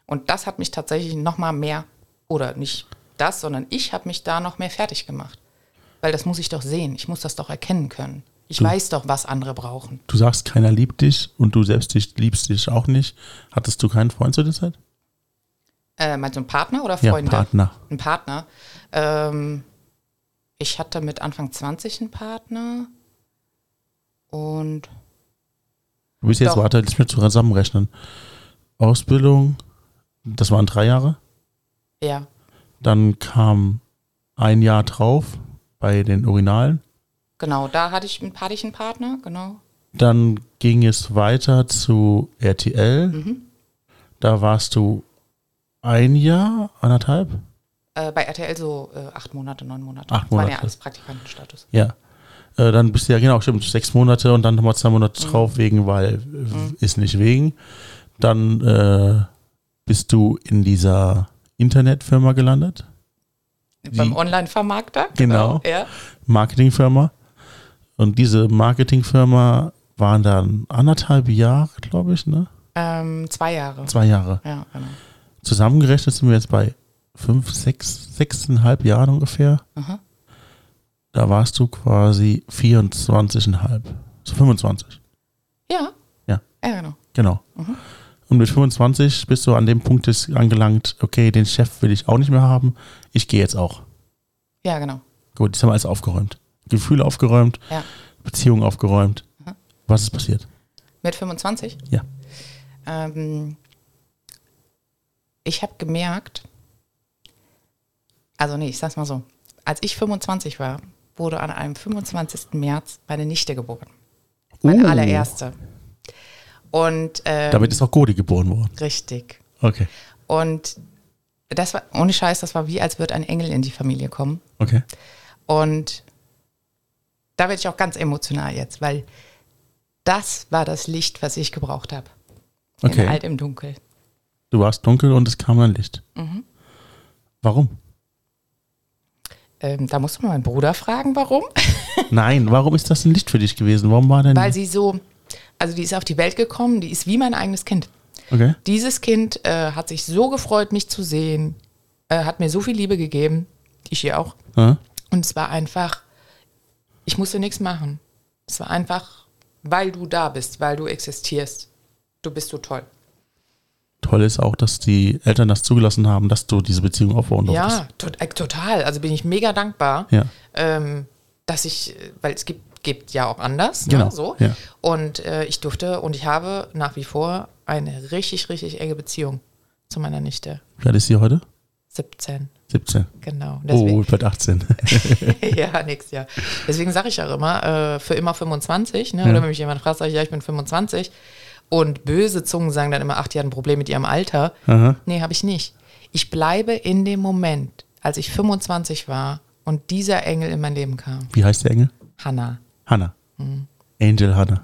Speaker 2: Und das hat mich tatsächlich nochmal mehr, oder nicht das, sondern ich habe mich da noch mehr fertig gemacht. Weil das muss ich doch sehen, ich muss das doch erkennen können. Ich weiß doch, was andere brauchen.
Speaker 1: du sagst, keiner liebt dich und du selbst dich, liebst dich auch nicht. Hattest du keinen Freund zu der Zeit?
Speaker 2: Äh, meinst du einen Partner oder
Speaker 1: Ja,
Speaker 2: Freunde?
Speaker 1: Partner.
Speaker 2: Ein Partner. Ähm, ich hatte mit Anfang 20 einen Partner. Und
Speaker 1: Du bist jetzt,
Speaker 2: Doch.
Speaker 1: warte, lass mich zusammenrechnen. Ausbildung, das waren drei Jahre.
Speaker 2: ja,
Speaker 1: Dann kam ein Jahr drauf bei den Urinalen.
Speaker 2: genau, da hatte ich, hatte ich einen Partner, genau.
Speaker 1: Dann ging es weiter zu RTL. Da warst du ein Jahr, anderthalb?
Speaker 2: Äh, bei RTL so äh, acht Monate, neun Monate.
Speaker 1: Acht
Speaker 2: Das waren ja
Speaker 1: Monate.
Speaker 2: alles Praktikantenstatus.
Speaker 1: Ja. Äh, Dann bist du ja, genau, stimmt, sechs Monate und dann nochmal zwei Monate drauf, wegen, weil äh, ist nicht wegen. Dann äh, bist du in dieser Internetfirma gelandet,
Speaker 2: Beim Online-Vermarkter.
Speaker 1: Genau.
Speaker 2: Ja.
Speaker 1: Marketingfirma. Und diese Marketingfirma waren dann anderthalb Jahre, glaube ich, ne?
Speaker 2: Ähm, zwei Jahre.
Speaker 1: Zwei Jahre.
Speaker 2: Ja, genau.
Speaker 1: Zusammengerechnet sind wir jetzt bei fünf, sechs, sechseinhalb Jahren ungefähr.
Speaker 2: Aha.
Speaker 1: Da warst du quasi 24,5. So 25.
Speaker 2: Ja.
Speaker 1: Ja.
Speaker 2: Ja, genau.
Speaker 1: Genau. Und mit 25 bist du an dem Punkt des angelangt, okay, den Chef will ich auch nicht mehr haben. Ich gehe jetzt auch.
Speaker 2: Ja, genau.
Speaker 1: Gut, jetzt haben wir alles aufgeräumt. Gefühle aufgeräumt,
Speaker 2: Ja.
Speaker 1: Beziehungen aufgeräumt. Was ist passiert?
Speaker 2: Mit 25?
Speaker 1: Ja.
Speaker 2: Ähm, ich habe gemerkt, also nee, ich sag's mal so, als ich 25 war, wurde an einem 25. März meine Nichte geboren. Meine
Speaker 1: Oh.
Speaker 2: allererste. Und ähm,
Speaker 1: Damit ist auch Godi geboren worden.
Speaker 2: richtig.
Speaker 1: Okay.
Speaker 2: Und das war, ohne Scheiß, das war wie, als würde ein Engel in die Familie kommen.
Speaker 1: Okay.
Speaker 2: Und da werde ich auch ganz emotional jetzt, weil das war das Licht, was ich gebraucht habe. In
Speaker 1: Okay.
Speaker 2: alt im Dunkel.
Speaker 1: Du warst dunkel und es kam ein Licht.
Speaker 2: Mhm.
Speaker 1: Warum?
Speaker 2: Ähm, da musst du mal meinen Bruder fragen, warum.
Speaker 1: Nein, warum ist das ein Licht für dich gewesen? Warum war denn.
Speaker 2: Weil sie so, also die ist auf die Welt gekommen, die ist wie mein eigenes Kind.
Speaker 1: okay.
Speaker 2: Dieses Kind äh, hat sich so gefreut, mich zu sehen, äh, hat mir so viel Liebe gegeben, ich ihr auch.
Speaker 1: Ja.
Speaker 2: Und es war einfach, ich musste nichts machen. Es war einfach, weil du da bist, weil du existierst. Du bist so toll.
Speaker 1: Toll ist auch, dass die Eltern das zugelassen haben, dass du diese Beziehung aufbauen durftest.
Speaker 2: Ja, tot, äh, total. Also bin ich mega dankbar,
Speaker 1: Ja.
Speaker 2: ähm, dass ich, äh, weil es gibt, gibt ja auch anders.
Speaker 1: Genau,
Speaker 2: Ne, so.
Speaker 1: ja.
Speaker 2: Und äh, ich durfte und ich habe nach wie vor eine richtig, richtig enge Beziehung zu meiner Nichte.
Speaker 1: Wie alt ist sie heute?
Speaker 2: 17,
Speaker 1: 17.
Speaker 2: genau.
Speaker 1: Oh,
Speaker 2: Deswegen,
Speaker 1: ich werd 18.
Speaker 2: ja, nix, ja. Deswegen sage ich auch immer, äh, für immer 25. Ne?
Speaker 1: Ja.
Speaker 2: Oder wenn mich jemand fragt, sage ich, ja, ich bin 25. Und böse Zungen sagen dann immer, ach, die hat ein Problem mit ihrem Alter.
Speaker 1: Aha.
Speaker 2: Nee, habe ich nicht. Ich bleibe in dem Moment, als ich 25 war und dieser Engel in mein Leben kam.
Speaker 1: Wie heißt der Engel?
Speaker 2: Hannah.
Speaker 1: Hannah.
Speaker 2: Mhm.
Speaker 1: Angel Hannah.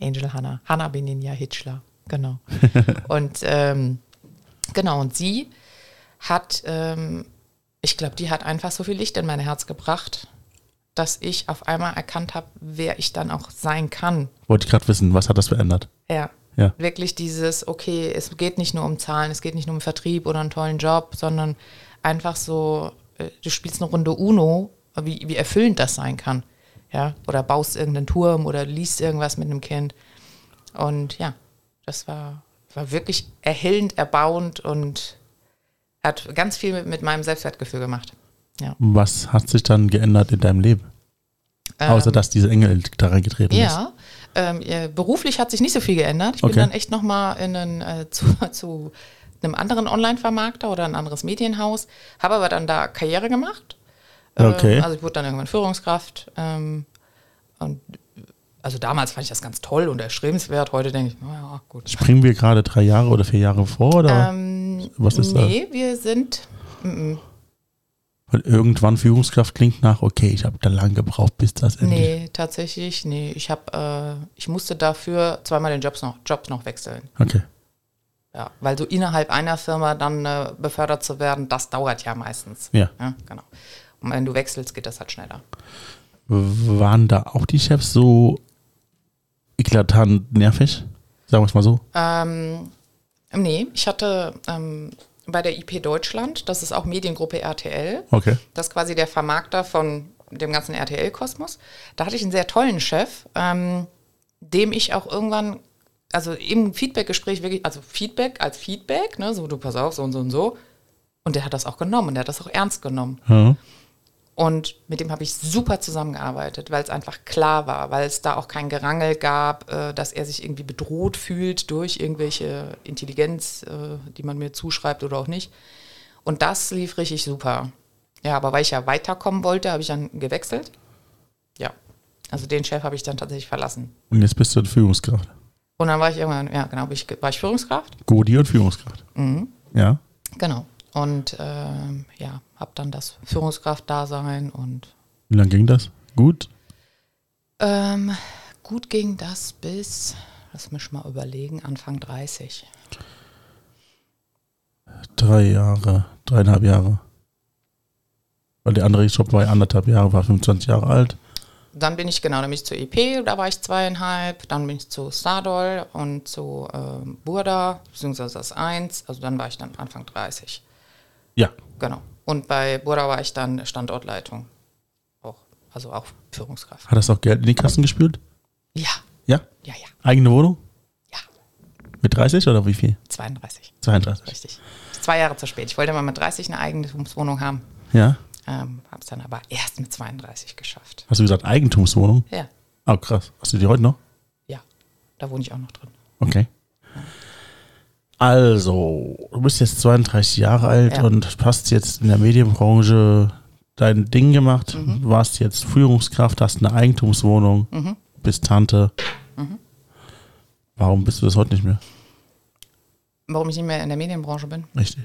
Speaker 2: Angel Hannah. Hannah Beninja Hitchler. Genau. und ähm, genau, und sie hat, ähm, ich glaube, die hat einfach so viel Licht in mein Herz gebracht, dass ich auf einmal erkannt habe, wer ich dann auch sein kann.
Speaker 1: Wollte ich gerade wissen, was hat das verändert?
Speaker 2: Ja.
Speaker 1: Ja.
Speaker 2: Wirklich dieses, okay, es geht nicht nur um Zahlen, es geht nicht nur um Vertrieb oder einen tollen Job, sondern einfach so, äh, du spielst eine Runde Uno, wie, wie erfüllend das sein kann. Ja. Oder baust irgendeinen Turm oder liest irgendwas mit einem Kind. Und ja, das war, war wirklich erhellend, erbauend und hat ganz viel mit, mit meinem Selbstwertgefühl gemacht. Ja.
Speaker 1: Was hat sich dann geändert in deinem Leben? Außer dass dieser Engel in die Gitarre getreten ist.
Speaker 2: Ähm, Ja, ähm, ja, beruflich hat sich nicht so viel geändert. Ich
Speaker 1: Okay.
Speaker 2: bin dann echt nochmal in einen, äh, zu, zu einem anderen Online-Vermarkter oder ein anderes Medienhaus, habe aber dann da Karriere gemacht. Ähm,
Speaker 1: Okay.
Speaker 2: Also ich wurde dann irgendwann Führungskraft. Ähm, und also damals fand ich das ganz toll und erstrebenswert. Heute denke ich, naja, gut.
Speaker 1: Springen wir gerade drei Jahre oder vier Jahre vor oder
Speaker 2: Ähm,
Speaker 1: was ist da?
Speaker 2: nee, wir sind mm,
Speaker 1: Weil irgendwann Führungskraft klingt nach, okay, ich habe da lang gebraucht, bis das endlich.
Speaker 2: Nee, tatsächlich, nee. Ich habe, äh, ich musste dafür zweimal den Jobs noch, Jobs noch wechseln.
Speaker 1: Okay.
Speaker 2: Ja, weil so innerhalb einer Firma dann äh, befördert zu werden, das dauert ja meistens.
Speaker 1: Ja.
Speaker 2: Ja, genau. Und wenn du wechselst, geht das halt schneller.
Speaker 1: Waren da auch die Chefs so eklatant nervig? Sagen wir es mal so.
Speaker 2: Ähm, nee, ich hatte ähm, bei der IP Deutschland, das ist auch Mediengruppe RTL,
Speaker 1: Okay.
Speaker 2: das ist quasi der Vermarkter von dem ganzen RTL-Kosmos. Da hatte ich einen sehr tollen Chef, ähm, dem ich auch irgendwann, also im Feedback-Gespräch wirklich, also Feedback als Feedback, ne, so du pass auf, so und so und so. Und der hat das auch genommen und der hat das auch ernst genommen.
Speaker 1: Ja.
Speaker 2: Und mit dem habe ich super zusammengearbeitet, weil es einfach klar war, weil es da auch kein Gerangel gab, äh, dass er sich irgendwie bedroht fühlt durch irgendwelche Intelligenz, äh, die man mir zuschreibt oder auch nicht. Und das lief richtig super. Ja, aber weil ich ja weiterkommen wollte, habe ich dann gewechselt. Ja, also den Chef habe ich dann tatsächlich verlassen.
Speaker 1: Und jetzt bist du in Führungskraft.
Speaker 2: Und dann war ich irgendwann, ja genau, bin ich, war ich Führungskraft. Mhm.
Speaker 1: Godi und Führungskraft. Ja.
Speaker 2: Genau. Und ähm, ja, habe dann das Führungskraft-Dasein und
Speaker 1: Wie lange ging das? Gut.
Speaker 2: Ähm, gut ging das bis, lass mich mal überlegen, Anfang 30.
Speaker 1: Drei Jahre, dreieinhalb Jahre. Weil der andere Job war ja anderthalb Jahre, war 25 Jahre alt.
Speaker 2: Dann bin ich genau, nämlich zur EP, da war ich zweieinhalb, dann bin ich zu Stardoll und zu ähm, Burda, beziehungsweise das 1, also dann war ich dann Anfang 30.
Speaker 1: Ja.
Speaker 2: Genau. Und bei Burda war ich dann Standortleitung. Auch, also auch Führungskraft.
Speaker 1: Hat das auch Geld in die Kassen gespült?
Speaker 2: Ja,
Speaker 1: Ja.
Speaker 2: ja, ja,
Speaker 1: Eigene Wohnung?
Speaker 2: ja.
Speaker 1: Mit 30 oder wie viel?
Speaker 2: 32,
Speaker 1: 32.
Speaker 2: richtig. Ist Zwei Jahre zu spät. Ich wollte mal mit 30 eine Eigentumswohnung haben.
Speaker 1: Ja.
Speaker 2: Ähm, habe es dann aber erst mit 32 geschafft.
Speaker 1: Hast du gesagt Eigentumswohnung?
Speaker 2: Ja.
Speaker 1: Oh, krass. Hast du die heute noch?
Speaker 2: Ja, da wohne ich auch noch drin.
Speaker 1: Okay. Also, du bist jetzt 32 Jahre alt
Speaker 2: Ja.
Speaker 1: und hast jetzt in der Medienbranche dein Ding gemacht, warst jetzt Führungskraft, hast eine Eigentumswohnung, bist Tante. Warum bist du das heute nicht mehr?
Speaker 2: Warum ich nicht mehr in der Medienbranche bin?
Speaker 1: Richtig.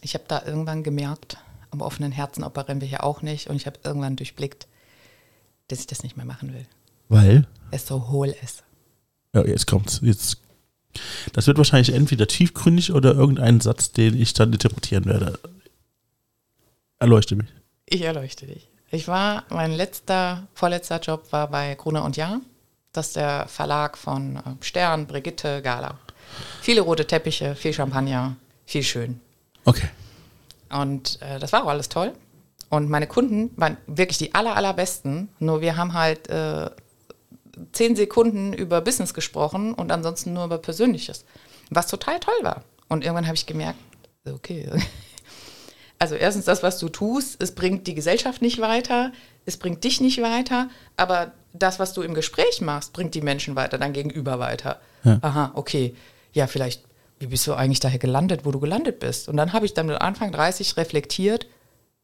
Speaker 2: Ich habe da irgendwann gemerkt, am offenen Herzen operieren wir hier auch nicht. Und ich habe irgendwann durchblickt, dass ich das nicht mehr machen will.
Speaker 1: Weil?
Speaker 2: Es so hohl ist.
Speaker 1: Ja, jetzt kommt's. Jetzt. Das wird wahrscheinlich entweder tiefgründig oder irgendein Satz, den ich dann interpretieren werde. Erleuchte mich.
Speaker 2: Ich erleuchte dich. Ich war, mein letzter, vorletzter Job war bei Gruner und Jahr. Das ist der Verlag von äh, Stern, Brigitte, Gala. Viele rote Teppiche, viel Champagner, viel schön.
Speaker 1: Okay.
Speaker 2: Und äh, das war auch alles toll. Und meine Kunden waren wirklich die aller, allerbesten. Nur wir haben halt äh, zehn Sekunden über Business gesprochen und ansonsten nur über Persönliches. Was total toll war. Und irgendwann habe ich gemerkt, okay. Also erstens das, was du tust, es bringt die Gesellschaft nicht weiter, es bringt dich nicht weiter, aber das, was du im Gespräch machst, bringt die Menschen weiter, dein Gegenüber weiter. Aha, okay. Ja, vielleicht, wie bist du eigentlich daher gelandet, wo du gelandet bist? Und dann habe ich dann mit Anfang 30 reflektiert,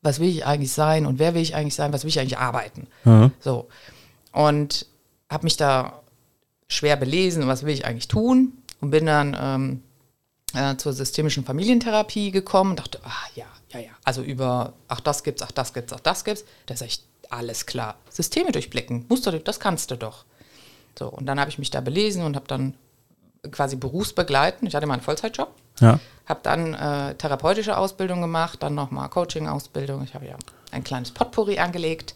Speaker 2: was will ich eigentlich sein und wer will ich eigentlich sein, was will ich eigentlich arbeiten? So. Und habe mich da schwer belesen, was will ich eigentlich tun und bin dann ähm, äh, zur systemischen Familientherapie gekommen und dachte, ah ja, ja, ja, also über, ach das gibt's, ach das gibt's, ach das gibt's, das ist echt alles klar. Systeme durchblicken, Muster, durch- das kannst du doch. So, und dann habe ich mich da belesen und habe dann quasi berufsbegleitend, ich hatte mal einen Vollzeitjob,
Speaker 1: Ja.
Speaker 2: habe dann äh, therapeutische Ausbildung gemacht, dann nochmal Coaching-Ausbildung. Ich habe ja ein kleines Potpourri angelegt,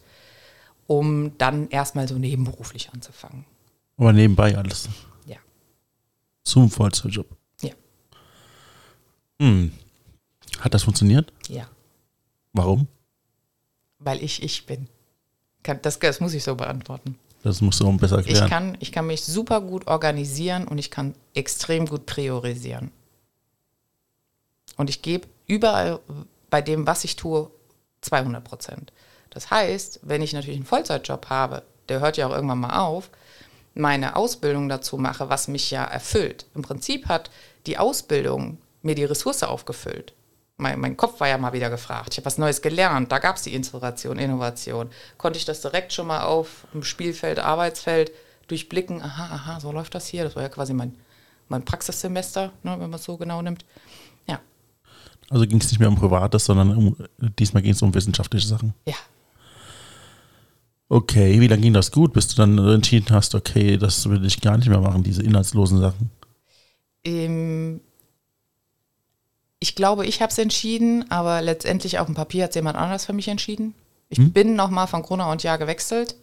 Speaker 2: um dann erstmal so nebenberuflich anzufangen.
Speaker 1: Aber nebenbei alles.
Speaker 2: Ja.
Speaker 1: Zum Vollzeitjob.
Speaker 2: Ja.
Speaker 1: Hm. Hat das funktioniert?
Speaker 2: Ja.
Speaker 1: Warum?
Speaker 2: Weil ich ich bin. Kann, das, das muss ich so beantworten.
Speaker 1: Das musst du auch besser
Speaker 2: Ich,
Speaker 1: erklären.
Speaker 2: kann, ich kann mich super gut organisieren und ich kann extrem gut priorisieren. Und ich gebe überall bei dem, was ich tue, 200 Prozent. Das heißt, wenn ich natürlich einen Vollzeitjob habe, der hört ja auch irgendwann mal auf, meine Ausbildung dazu mache, was mich ja erfüllt. Im Prinzip hat die Ausbildung mir die Ressource aufgefüllt. Mein, mein Kopf war ja mal wieder gefragt. Ich habe was Neues gelernt. Da gab es die Inspiration, Innovation. Konnte ich das direkt schon mal auf dem Spielfeld, Arbeitsfeld durchblicken? Aha, aha, so läuft das hier. Das war ja quasi mein, mein Praxissemester, ne, wenn man es so genau nimmt. Ja,
Speaker 1: Also ging es nicht mehr um Privates, sondern um, diesmal ging es um wissenschaftliche Sachen.
Speaker 2: ja,
Speaker 1: Okay, wie lange ging das gut, bis du dann entschieden hast, okay, das will ich gar nicht mehr machen, diese inhaltslosen Sachen?
Speaker 2: ähm, ich glaube, ich habe es entschieden, aber letztendlich auf dem Papier hat jemand anders für mich entschieden. Ich bin nochmal von Gruner und Jahr gewechselt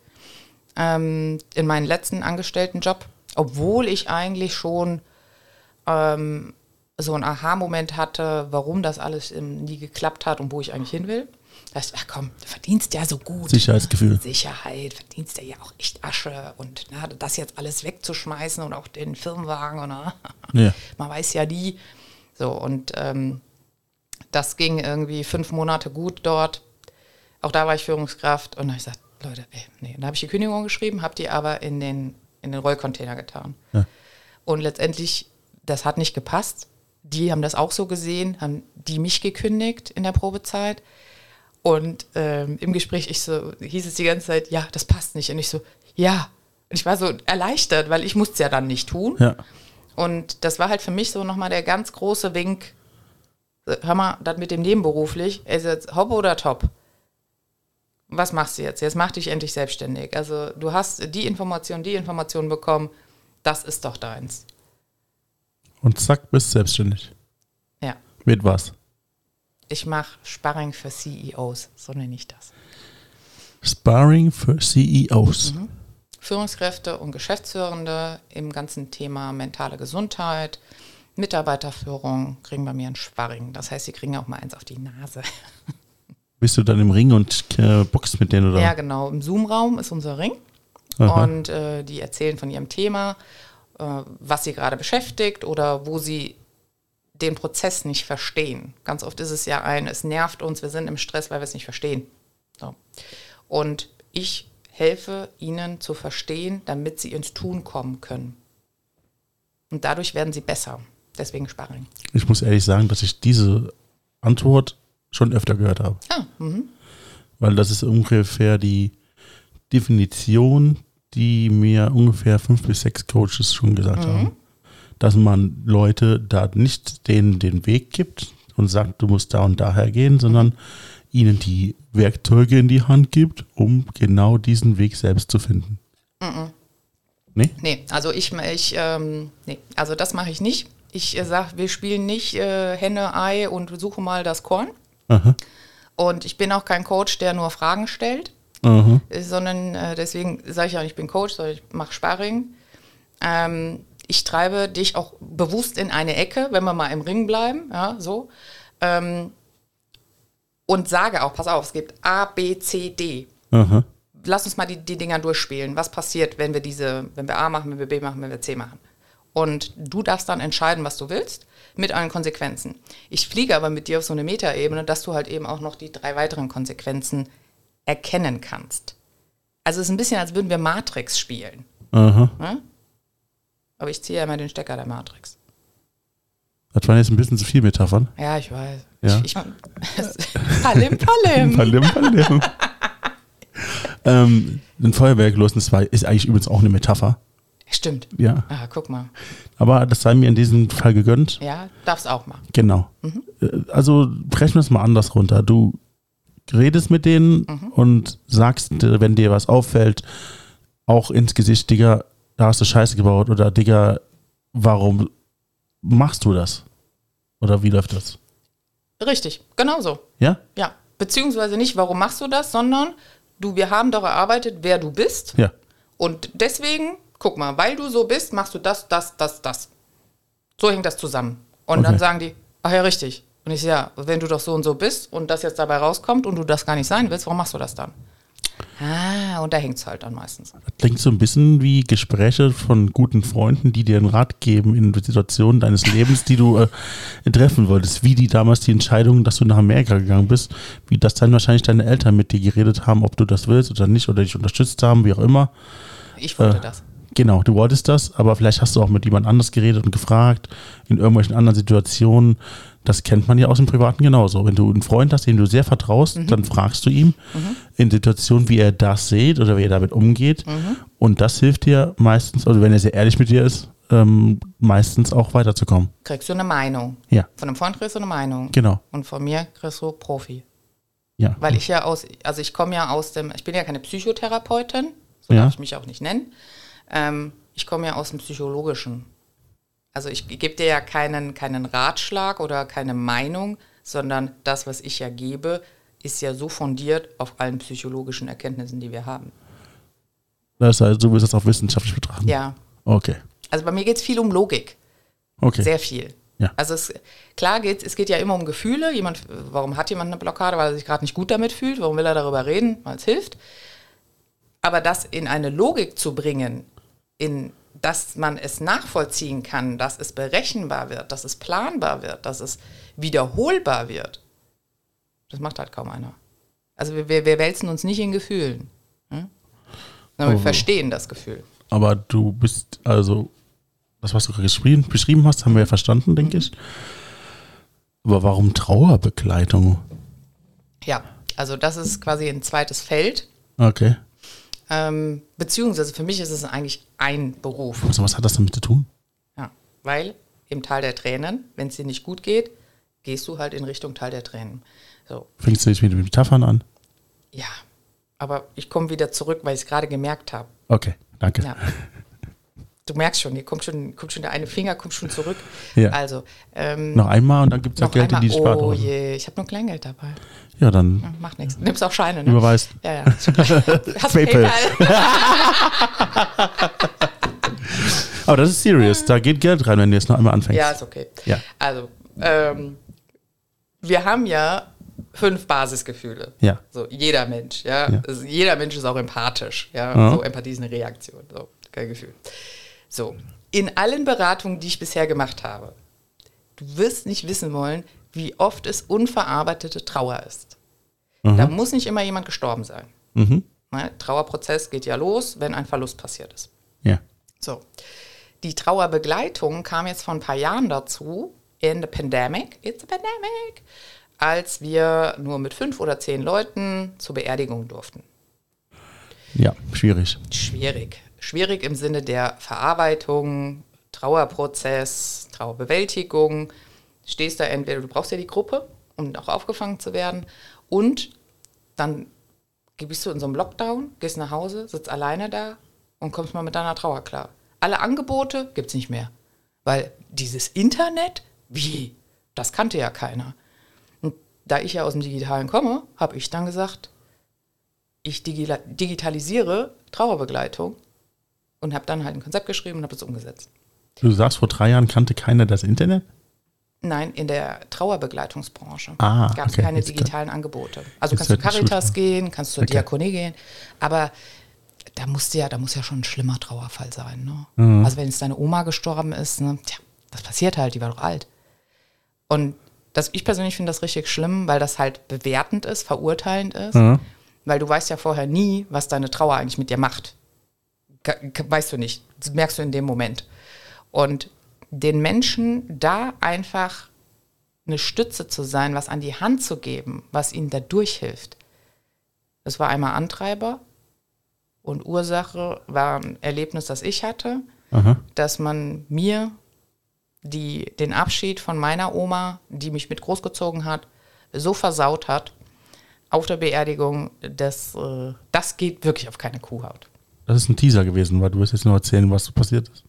Speaker 2: ähm, in meinen letzten Angestelltenjob, obwohl ich eigentlich schon ähm, so einen Aha-Moment hatte, warum das alles ähm, nie geklappt hat und wo ich eigentlich hin will. Da dachte ich, ach komm, du verdienst ja so gut.
Speaker 1: Sicherheitsgefühl.
Speaker 2: Sicherheit, verdienst du ja auch echt Asche und na, das jetzt alles wegzuschmeißen und auch den Firmenwagen oder
Speaker 1: Ja.
Speaker 2: man weiß ja nie. So, und ähm, das ging irgendwie fünf Monate gut dort. Auch da war ich Führungskraft und da habe ich gesagt, Leute, ey, nee. Und Da habe ich die Kündigung geschrieben, habe die aber in den, in den Rollcontainer getan.
Speaker 1: Ja.
Speaker 2: Und letztendlich, das hat nicht gepasst. Die haben das auch so gesehen, haben die mich gekündigt in der Probezeit. Und ähm, im Gespräch ich so, hieß es die ganze Zeit, ja, das passt nicht. Und ich so, ja. Und ich war so erleichtert, weil ich musste es ja dann nicht tun.
Speaker 1: ja.
Speaker 2: Und das war halt für mich so nochmal der ganz große Wink. Äh, Hör mal, das mit dem nebenberuflich, ist jetzt Hop oder Top? Was machst du jetzt? Jetzt mach dich endlich selbstständig. Also du hast die Information, die Information bekommen, das ist doch deins.
Speaker 1: Und zack, bist selbstständig.
Speaker 2: Ja,
Speaker 1: Mit was?
Speaker 2: ich mache Sparring für CEOs, so nenne ich das.
Speaker 1: Sparring für E CEOs.
Speaker 2: Mhm. Führungskräfte und Geschäftsführende im ganzen Thema mentale Gesundheit, Mitarbeiterführung kriegen bei mir ein Sparring. Das heißt, sie kriegen auch mal eins auf die Nase.
Speaker 1: Bist du dann im Ring und äh, boxt mit denen oder?
Speaker 2: Ja, genau. Im Zoom-Raum ist unser Ring.
Speaker 1: Aha.
Speaker 2: Und äh, die erzählen von ihrem Thema, äh, was sie gerade beschäftigt oder wo sie den Prozess nicht verstehen. Ganz oft ist es ja ein, es nervt uns, wir sind im Stress, weil wir es nicht verstehen. So. Und ich helfe ihnen zu verstehen, damit sie ins Tun kommen können. Und dadurch werden sie besser. Deswegen Sparring.
Speaker 1: Ich muss ehrlich sagen, dass ich diese Antwort schon öfter gehört habe.
Speaker 2: Ah, mhm.
Speaker 1: Weil das ist ungefähr die Definition, die mir ungefähr fünf bis sechs Coaches schon gesagt
Speaker 2: Mhm.
Speaker 1: haben. Dass man Leute da nicht denen den Weg gibt und sagt, du musst da und daher gehen, sondern ihnen die Werkzeuge in die Hand gibt, um genau diesen Weg selbst zu finden.
Speaker 2: Mhm.
Speaker 1: Nee?
Speaker 2: Nee, also ich, ich ähm, nee, also das mache ich nicht. Ich äh, sage, wir spielen nicht äh, Henne, Ei und suche mal das Korn.
Speaker 1: Aha.
Speaker 2: Und ich bin auch kein Coach, der nur Fragen stellt,
Speaker 1: Aha.
Speaker 2: äh, sondern äh, deswegen sage ich auch, ich bin Coach, sondern ich mache Sparring. Ähm, ich treibe dich auch bewusst in eine Ecke, wenn wir mal im Ring bleiben, ja, so. Ähm, und sage auch, pass auf, es gibt A, B, C, D
Speaker 1: Aha.
Speaker 2: lass uns mal die, die Dinger durchspielen. Was passiert, wenn wir diese, wenn wir A machen, wenn wir B machen, wenn wir C machen? Und du darfst dann entscheiden, was du willst, mit allen Konsequenzen. Ich fliege aber mit dir auf so eine Metaebene, dass du halt eben auch noch die drei weiteren Konsequenzen erkennen kannst. Also es ist ein bisschen, als würden wir Matrix spielen.
Speaker 1: Aha.
Speaker 2: Ne? Aber ich ziehe ja immer den Stecker der Matrix.
Speaker 1: Das waren jetzt ein bisschen zu viel Metaphern.
Speaker 2: Ja, ich weiß.
Speaker 1: Ja.
Speaker 2: Ich, ich, palim, palim.
Speaker 1: Palim, palim. ähm, ein Feuerwerk losen ist ist eigentlich übrigens auch eine Metapher.
Speaker 2: Stimmt.
Speaker 1: Ja.
Speaker 2: Ah, guck mal.
Speaker 1: Aber das sei mir in diesem Fall gegönnt.
Speaker 2: Ja, darf's auch mal.
Speaker 1: Genau. Äh, Also brechen wir es mal anders runter. Du redest mit denen und sagst, äh, wenn dir was auffällt, auch ins Gesicht, Digga, da hast du Scheiße gebaut oder Digga, warum machst du das? Oder wie läuft das?
Speaker 2: Richtig, genau so.
Speaker 1: Ja?
Speaker 2: Ja, beziehungsweise nicht, warum machst du das, sondern du, wir haben doch erarbeitet, wer du bist.
Speaker 1: Ja.
Speaker 2: Und deswegen, guck mal, weil du so bist, machst du das, das, das, das. So hängt das zusammen. Und
Speaker 1: Okay.
Speaker 2: dann sagen die, ach ja, richtig. Und ich, ja, wenn du doch so und so bist und das jetzt dabei rauskommt und du das gar nicht sein willst, warum machst du das dann? Ah, und da hängt es halt dann meistens.
Speaker 1: Das klingt so ein bisschen wie Gespräche von guten Freunden, die dir einen Rat geben in Situationen deines Lebens, die du äh, treffen wolltest. Wie die damals die Entscheidung, dass du nach Amerika gegangen bist, wie das dann wahrscheinlich deine Eltern mit dir geredet haben, ob du das willst oder nicht oder dich unterstützt haben, wie auch immer.
Speaker 2: Ich wollte
Speaker 1: Äh,
Speaker 2: das.
Speaker 1: Genau, du wolltest das, aber vielleicht hast du auch mit jemand anders geredet und gefragt, in irgendwelchen anderen Situationen. Das kennt man ja aus dem Privaten genauso. Wenn du einen Freund hast, dem du sehr
Speaker 2: Mhm.
Speaker 1: vertraust, dann fragst du ihm in Situationen, wie er das sieht oder wie er damit umgeht.
Speaker 2: Mhm.
Speaker 1: Und das hilft dir meistens, also wenn er sehr ehrlich mit dir ist, ähm, meistens auch weiterzukommen.
Speaker 2: Kriegst du eine Meinung.
Speaker 1: Ja,
Speaker 2: Von einem Freund kriegst du eine Meinung.
Speaker 1: genau.
Speaker 2: Und von mir kriegst du Profi.
Speaker 1: Ja.
Speaker 2: Weil ich ja aus, also ich komme ja aus dem, ich bin ja keine Psychotherapeutin, so
Speaker 1: Ja.
Speaker 2: darf ich mich auch nicht nennen. Ähm, ich komme ja aus dem Psychologischen. Also ich gebe dir ja keinen, keinen Ratschlag oder keine Meinung, sondern das, was ich ja gebe, ist ja so fundiert auf allen psychologischen Erkenntnissen, die wir haben.
Speaker 1: Das heißt, du willst das auch wissenschaftlich betrachten.
Speaker 2: Ja.
Speaker 1: Okay.
Speaker 2: Also bei mir geht es viel um Logik.
Speaker 1: Okay.
Speaker 2: Sehr viel.
Speaker 1: Ja.
Speaker 2: Also es, klar geht es geht ja immer um Gefühle. Jemand, warum hat jemand eine Blockade, weil er sich gerade nicht gut damit fühlt? Warum will er darüber reden? Weil es hilft. Aber das in eine Logik zu bringen, in, dass man es nachvollziehen kann, dass es berechenbar wird, dass es planbar wird, dass es wiederholbar wird, das macht halt kaum einer. Also wir, wir, wir wälzen uns nicht in Gefühlen. Hm? Sondern
Speaker 1: Oh.
Speaker 2: wir verstehen das Gefühl.
Speaker 1: Aber du bist, also, das, was du gerade geschrieben, beschrieben hast, haben wir ja verstanden,
Speaker 2: Mhm.
Speaker 1: denke ich. Aber warum Trauerbegleitung?
Speaker 2: Ja, also das ist quasi ein zweites Feld.
Speaker 1: Okay.
Speaker 2: Ähm, beziehungsweise für mich ist es eigentlich ein Beruf.
Speaker 1: Also, was hat das damit zu tun?
Speaker 2: Ja. Weil im Tal der Tränen, wenn es dir nicht gut geht, gehst du halt in Richtung Tal der Tränen. So,
Speaker 1: Fängst du jetzt wieder mit Metaphern an?
Speaker 2: ja. Aber ich komme wieder zurück, weil ich es gerade gemerkt habe.
Speaker 1: Okay, danke.
Speaker 2: Ja. Du merkst schon, hier kommt schon, kommt schon der eine Finger, kommt schon zurück.
Speaker 1: Ja.
Speaker 2: Also, ähm,
Speaker 1: Noch einmal und dann gibt es ja
Speaker 2: noch
Speaker 1: Geld
Speaker 2: einmal.
Speaker 1: in die
Speaker 2: oh
Speaker 1: Spardose.
Speaker 2: je, ich habe nur Kleingeld dabei.
Speaker 1: ja, dann
Speaker 2: Hm, Macht nichts. Nimmst auch Scheine, ne?
Speaker 1: überweist.
Speaker 2: Ja, ja. Hast du
Speaker 1: PayPal.
Speaker 2: PayPal?
Speaker 1: Aber das ist serious. Da geht Geld rein, wenn du jetzt noch einmal anfängst.
Speaker 2: Ja, ist okay.
Speaker 1: Ja.
Speaker 2: Also, ähm, wir haben ja fünf Basisgefühle.
Speaker 1: Ja.
Speaker 2: So, jeder Mensch, ja.
Speaker 1: Ja.
Speaker 2: Also, jeder Mensch ist auch empathisch, ja.
Speaker 1: Ja.
Speaker 2: So, Empathie ist eine Reaktion, so, kein Gefühl. So, in allen Beratungen, die ich bisher gemacht habe, du wirst nicht wissen wollen, wie oft es unverarbeitete Trauer ist. Da
Speaker 1: Mhm.
Speaker 2: muss nicht immer jemand gestorben sein. Ne? Trauerprozess geht ja los, wenn ein Verlust passiert ist.
Speaker 1: ja.
Speaker 2: So. die Trauerbegleitung kam jetzt vor ein paar Jahren dazu, in the pandemic, it's a pandemic, als wir nur mit fünf oder zehn Leuten zur Beerdigung durften.
Speaker 1: Ja, schwierig.
Speaker 2: Schwierig. Schwierig im Sinne der Verarbeitung, Trauerprozess, Trauerbewältigung. Stehst da entweder, du brauchst ja die Gruppe, um auch aufgefangen zu werden. Und dann bist du in so einem Lockdown, gehst nach Hause, sitzt alleine da und kommst mal mit deiner Trauer klar. Alle Angebote gibt es nicht mehr. Weil dieses Internet, wie? Das kannte ja keiner. Und da ich ja aus dem Digitalen komme, habe ich dann gesagt, ich digila- digitalisiere Trauerbegleitung und habe dann halt ein Konzept geschrieben und habe es umgesetzt.
Speaker 1: Du sagst, vor drei Jahren kannte keiner das Internet?
Speaker 2: Nein, in der Trauerbegleitungsbranche
Speaker 1: Ah,
Speaker 2: gab es
Speaker 1: okay,
Speaker 2: keine
Speaker 1: jetzt klar.
Speaker 2: digitalen Angebote. Also
Speaker 1: Jetzt
Speaker 2: kannst du
Speaker 1: hört die
Speaker 2: Caritas
Speaker 1: Schuld-
Speaker 2: gehen, kannst zur
Speaker 1: Okay.
Speaker 2: Diakonie gehen, aber da muss ja, da muss ja schon ein schlimmer Trauerfall sein. Ne?
Speaker 1: Mhm.
Speaker 2: Also wenn jetzt deine Oma gestorben ist, ne, tja, das passiert halt, die war doch alt. Und das, ich persönlich finde das richtig schlimm, weil das halt bewertend ist, verurteilend ist, weil du weißt ja vorher nie, was deine Trauer eigentlich mit dir macht. Ge- ge- Weißt du nicht, das merkst du in dem Moment. Und den Menschen da einfach eine Stütze zu sein, was an die Hand zu geben, was ihnen da durchhilft. Das war einmal Antreiber und Ursache war ein Erlebnis, das ich hatte,
Speaker 1: Aha.
Speaker 2: dass man mir die, den Abschied von meiner Oma, die mich mit großgezogen hat, so versaut hat auf der Beerdigung, dass äh, das geht wirklich auf keine Kuhhaut.
Speaker 1: Das ist ein Teaser gewesen, weil du wirst jetzt nur erzählen, was passiert ist.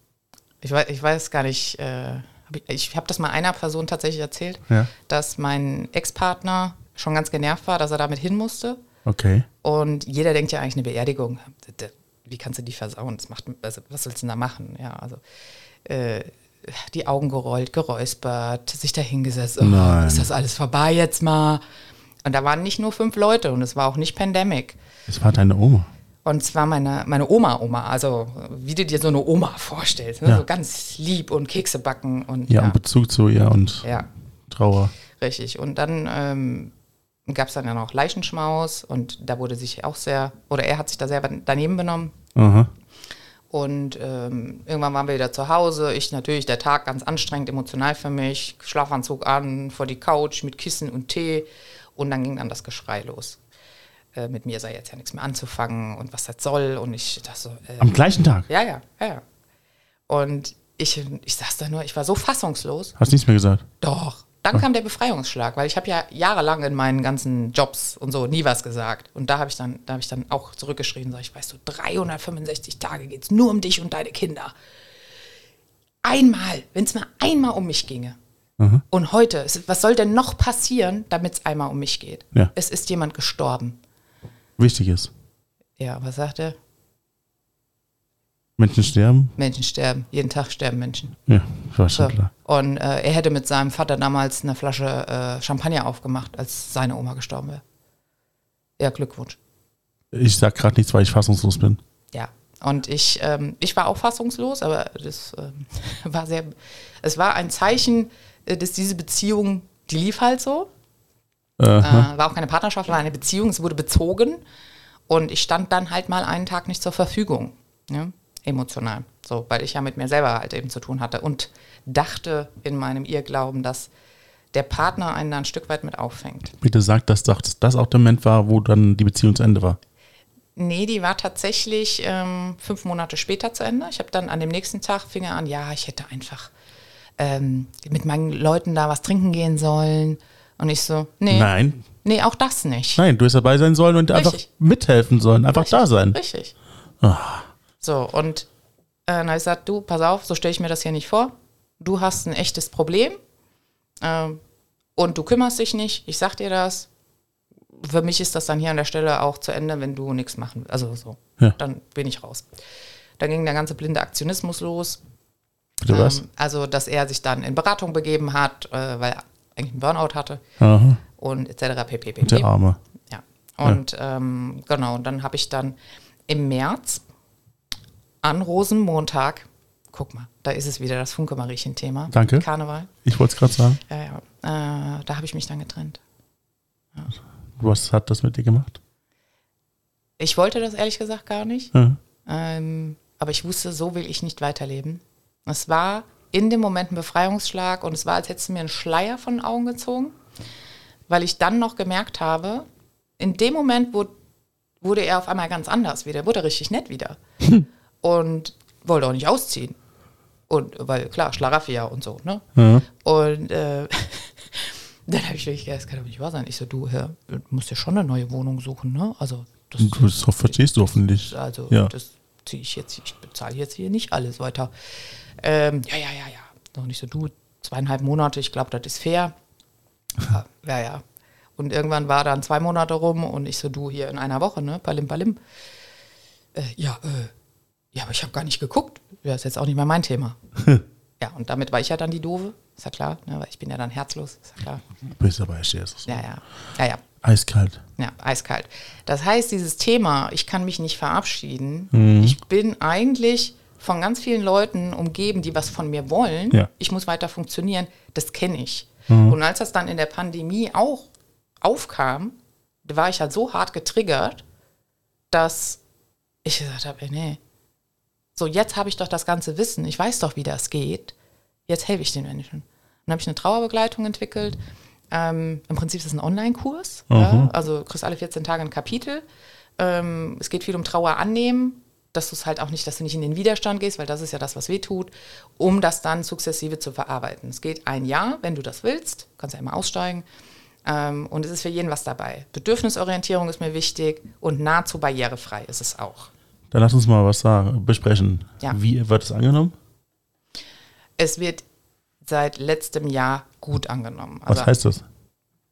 Speaker 2: Ich weiß, ich weiß gar nicht, äh, hab ich, ich habe das mal einer Person tatsächlich erzählt,
Speaker 1: Ja.
Speaker 2: dass mein Ex-Partner schon ganz genervt war, dass er damit hin musste.
Speaker 1: Okay.
Speaker 2: Und jeder denkt ja eigentlich eine Beerdigung. d- d- Wie kannst du die versauen? Das macht, also, was sollst du denn da machen? Ja, also äh, die Augen gerollt, geräuspert, sich dahingesetzt. Oh,
Speaker 1: Nein.
Speaker 2: ist das alles vorbei jetzt mal? Und da waren nicht nur fünf Leute und es war auch nicht Pandemic.
Speaker 1: Es war deine Oma.
Speaker 2: Und zwar meine, meine Oma, Oma, also wie du dir so eine Oma vorstellst. Ne?
Speaker 1: Ja.
Speaker 2: So ganz lieb und Kekse backen und
Speaker 1: Ja,
Speaker 2: ja.
Speaker 1: und Bezug zu ihr und
Speaker 2: ja.
Speaker 1: Trauer.
Speaker 2: Richtig. Und dann ähm, gab es dann ja noch Leichenschmaus und da wurde sich auch sehr, oder er hat sich da selber daneben benommen.
Speaker 1: Aha.
Speaker 2: Und ähm, irgendwann waren wir wieder zu Hause. Ich natürlich, der Tag ganz anstrengend, emotional für mich. Schlafanzug an, vor die Couch mit Kissen und Tee. Und dann ging dann das Geschrei los. Äh, mit mir sei jetzt ja nichts mehr anzufangen und was das soll. Und ich dachte so, äh,
Speaker 1: Am gleichen Tag.
Speaker 2: ja, ja, ja, ja. Und ich, ich saß da nur, ich war so fassungslos.
Speaker 1: Hast nichts mehr gesagt.
Speaker 2: Doch. Dann kam der Befreiungsschlag, weil ich habe ja jahrelang in meinen ganzen Jobs und so nie was gesagt. Und da habe ich dann, da habe ich dann auch zurückgeschrieben, sag ich, weißt du, 365 Tage geht es nur um dich und deine Kinder. Einmal, wenn es mal einmal um mich ginge. Und heute, es- was soll denn noch passieren, damit es einmal um mich geht?
Speaker 1: Ja.
Speaker 2: Es ist jemand gestorben.
Speaker 1: Wichtig ist.
Speaker 2: Ja, was sagt er?
Speaker 1: Menschen sterben.
Speaker 2: Menschen sterben. Jeden Tag sterben Menschen.
Speaker 1: Ja, war schon
Speaker 2: So.
Speaker 1: klar.
Speaker 2: Und äh, er hätte mit seinem Vater damals eine Flasche äh, Champagner aufgemacht, als seine Oma gestorben wäre. Ja, Glückwunsch.
Speaker 1: Ich sag gerade nichts, weil ich fassungslos bin.
Speaker 2: Ja. Und ich, ähm, ich war auch fassungslos, aber das ähm, war sehr, es war ein Zeichen, äh, dass diese Beziehung, die lief halt so.
Speaker 1: Äh,
Speaker 2: Äh, war auch keine Partnerschaft, war eine Beziehung, es wurde bezogen. Und ich stand dann halt mal einen Tag nicht zur Verfügung. Ne? Emotional. So, weil ich ja mit mir selber halt eben zu tun hatte und dachte in meinem Irrglauben, dass der Partner einen dann ein Stück weit mit auffängt.
Speaker 1: Bitte sag, dass das, das auch der Moment war, wo dann die Beziehung zu Ende war.
Speaker 2: Nee, die war tatsächlich ähm, fünf Monate später zu Ende. Ich habe dann an dem nächsten Tag fing er an, ja, ich hätte einfach ähm, mit meinen Leuten da was trinken gehen sollen. Und ich so, nee,
Speaker 1: Nein.
Speaker 2: nee, auch das nicht.
Speaker 1: Nein, du hättest dabei sein sollen und einfach
Speaker 2: Richtig.
Speaker 1: mithelfen sollen. Einfach da sein.
Speaker 2: Richtig.
Speaker 1: Ah.
Speaker 2: So, und äh, dann habe ich gesagt, du, pass auf, so stelle ich mir das hier nicht vor. Du hast ein echtes Problem ähm, und du kümmerst dich nicht. Ich sag dir das. Für mich ist das dann hier an der Stelle auch zu Ende, wenn du nichts machen willst. Also so,
Speaker 1: Ja.
Speaker 2: dann bin ich raus. Dann ging der ganze blinde Aktionismus los.
Speaker 1: Bitte was?
Speaker 2: Ähm, also, dass er sich dann in Beratung begeben hat, äh, weil er eigentlich einen Burnout hatte
Speaker 1: Aha.
Speaker 2: und etc. pp. pp.
Speaker 1: Der Arme.
Speaker 2: Ähm, Ja. Und Ähm, genau, und dann habe ich dann im März an Rosenmontag, guck mal, da ist es wieder das Funke-Mariechen-Thema.
Speaker 1: Danke.
Speaker 2: Karneval.
Speaker 1: Ich wollte es gerade sagen.
Speaker 2: Ja, ja. Äh, da habe ich mich dann getrennt.
Speaker 1: Was hat das mit dir gemacht?
Speaker 2: Ich wollte das ehrlich gesagt gar nicht.
Speaker 1: Ja.
Speaker 2: Ähm, aber ich wusste, so will ich nicht weiterleben. Es war in dem Moment ein Befreiungsschlag und es war, als hättest du mir einen Schleier von den Augen gezogen, weil ich dann noch gemerkt habe, in dem Moment wurde, wurde er auf einmal ganz anders wieder, wurde er richtig nett wieder. Und wollte auch nicht ausziehen. Und weil, klar, Schlaraffia und so, ne?
Speaker 1: Ja.
Speaker 2: Und äh, dann habe ich wirklich gedacht, das kann doch nicht wahr sein. Ich so, du, Herr, du musst dir schon eine neue Wohnung suchen, ne? Also, das,
Speaker 1: Du, das verstehst du hoffentlich.
Speaker 2: also
Speaker 1: ja.
Speaker 2: das ziehe ich jetzt, ich bezahle jetzt hier nicht alles weiter. Ähm, ja, ja, ja, ja. Noch nicht so, du, zweieinhalb Monate, ich glaube, das ist fair. Ja, ja, ja. Und irgendwann war dann zwei Monate rum und ich so, du, hier in einer Woche, ne? Palim, palim. Äh, ja, äh, ja, aber ich habe gar nicht geguckt. Ja, ist jetzt auch nicht mehr mein Thema. ja, und damit war ich ja dann die Doofe, ist ja klar, ne? weil ich bin ja dann herzlos, ist ja klar.
Speaker 1: Du bist aber echt erst so.
Speaker 2: Ja, ja, ja, ja.
Speaker 1: Eiskalt.
Speaker 2: Ja, eiskalt. Das heißt, dieses Thema, ich kann mich nicht verabschieden. Ich bin eigentlich von ganz vielen Leuten umgeben, die was von mir wollen.
Speaker 1: Ja.
Speaker 2: Ich muss weiter funktionieren. Das kenne ich. Und als das dann in der Pandemie auch aufkam, da war ich halt so hart getriggert, dass ich gesagt habe, ey, nee. So, jetzt habe ich doch das ganze Wissen. Ich weiß doch, wie das geht. Jetzt helfe ich den Menschen. Dann habe ich eine Trauerbegleitung entwickelt. Ähm, Im Prinzip ist es ein Online-Kurs. Ja? Also du kriegst alle 14 Tage ein Kapitel. Ähm, es geht viel um Trauer annehmen, dass du es halt auch nicht, dass du nicht in den Widerstand gehst, weil das ist ja das, was weh tut, um das dann sukzessive zu verarbeiten. Es geht ein Jahr, wenn du das willst, kannst ja immer aussteigen. Ähm, und es ist für jeden was dabei. Bedürfnisorientierung ist mir wichtig und nahezu barrierefrei ist es auch.
Speaker 1: Dann lass uns mal was sagen, besprechen.
Speaker 2: Ja.
Speaker 1: Wie wird es angenommen?
Speaker 2: Es wird seit letztem Jahr gut angenommen. Also,
Speaker 1: Was heißt das?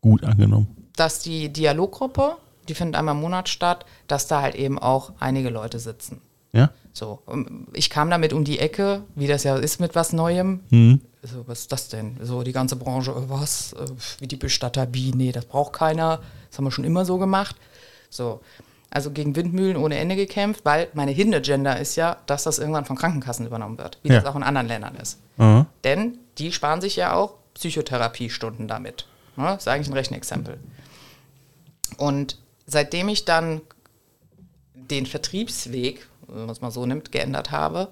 Speaker 1: Gut angenommen.
Speaker 2: dass die Dialoggruppe, die findet einmal im Monat statt, dass da halt eben auch einige Leute sitzen.
Speaker 1: Ja?
Speaker 2: So, ähm, ich kam damit um die Ecke, wie das ja ist mit was Neuem.
Speaker 1: Mhm.
Speaker 2: So, was ist das denn? So, die ganze Branche, äh, was? Äh, Wie die Bestatter, wie? Nee, das braucht keiner. Das haben wir schon immer so gemacht. So, also gegen Windmühlen ohne Ende gekämpft, weil meine Hidden Agenda ist ja, dass das irgendwann von Krankenkassen übernommen wird, wie
Speaker 1: Ja.
Speaker 2: das auch in anderen Ländern ist.
Speaker 1: Aha.
Speaker 2: Denn die sparen sich ja auch Psychotherapiestunden damit. Ne? Ist eigentlich ein Rechenexempel. Und seitdem ich dann den Vertriebsweg, wenn man es mal so nimmt, geändert habe,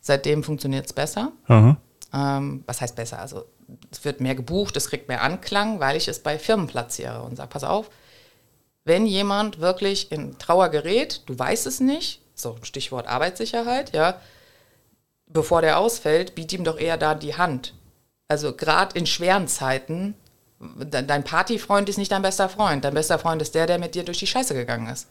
Speaker 2: seitdem funktioniert es besser.
Speaker 1: Aha.
Speaker 2: Ähm, was heißt besser? Also es wird mehr gebucht, es kriegt mehr Anklang, weil ich es bei Firmen platziere und sage, pass auf, wenn jemand wirklich in Trauer gerät, du weißt es nicht, so Stichwort Arbeitssicherheit, ja, bevor der ausfällt, biet ihm doch eher da die Hand. Also gerade in schweren Zeiten, de- dein Partyfreund ist nicht dein bester Freund. Dein bester Freund ist der, der mit dir durch die Scheiße gegangen ist.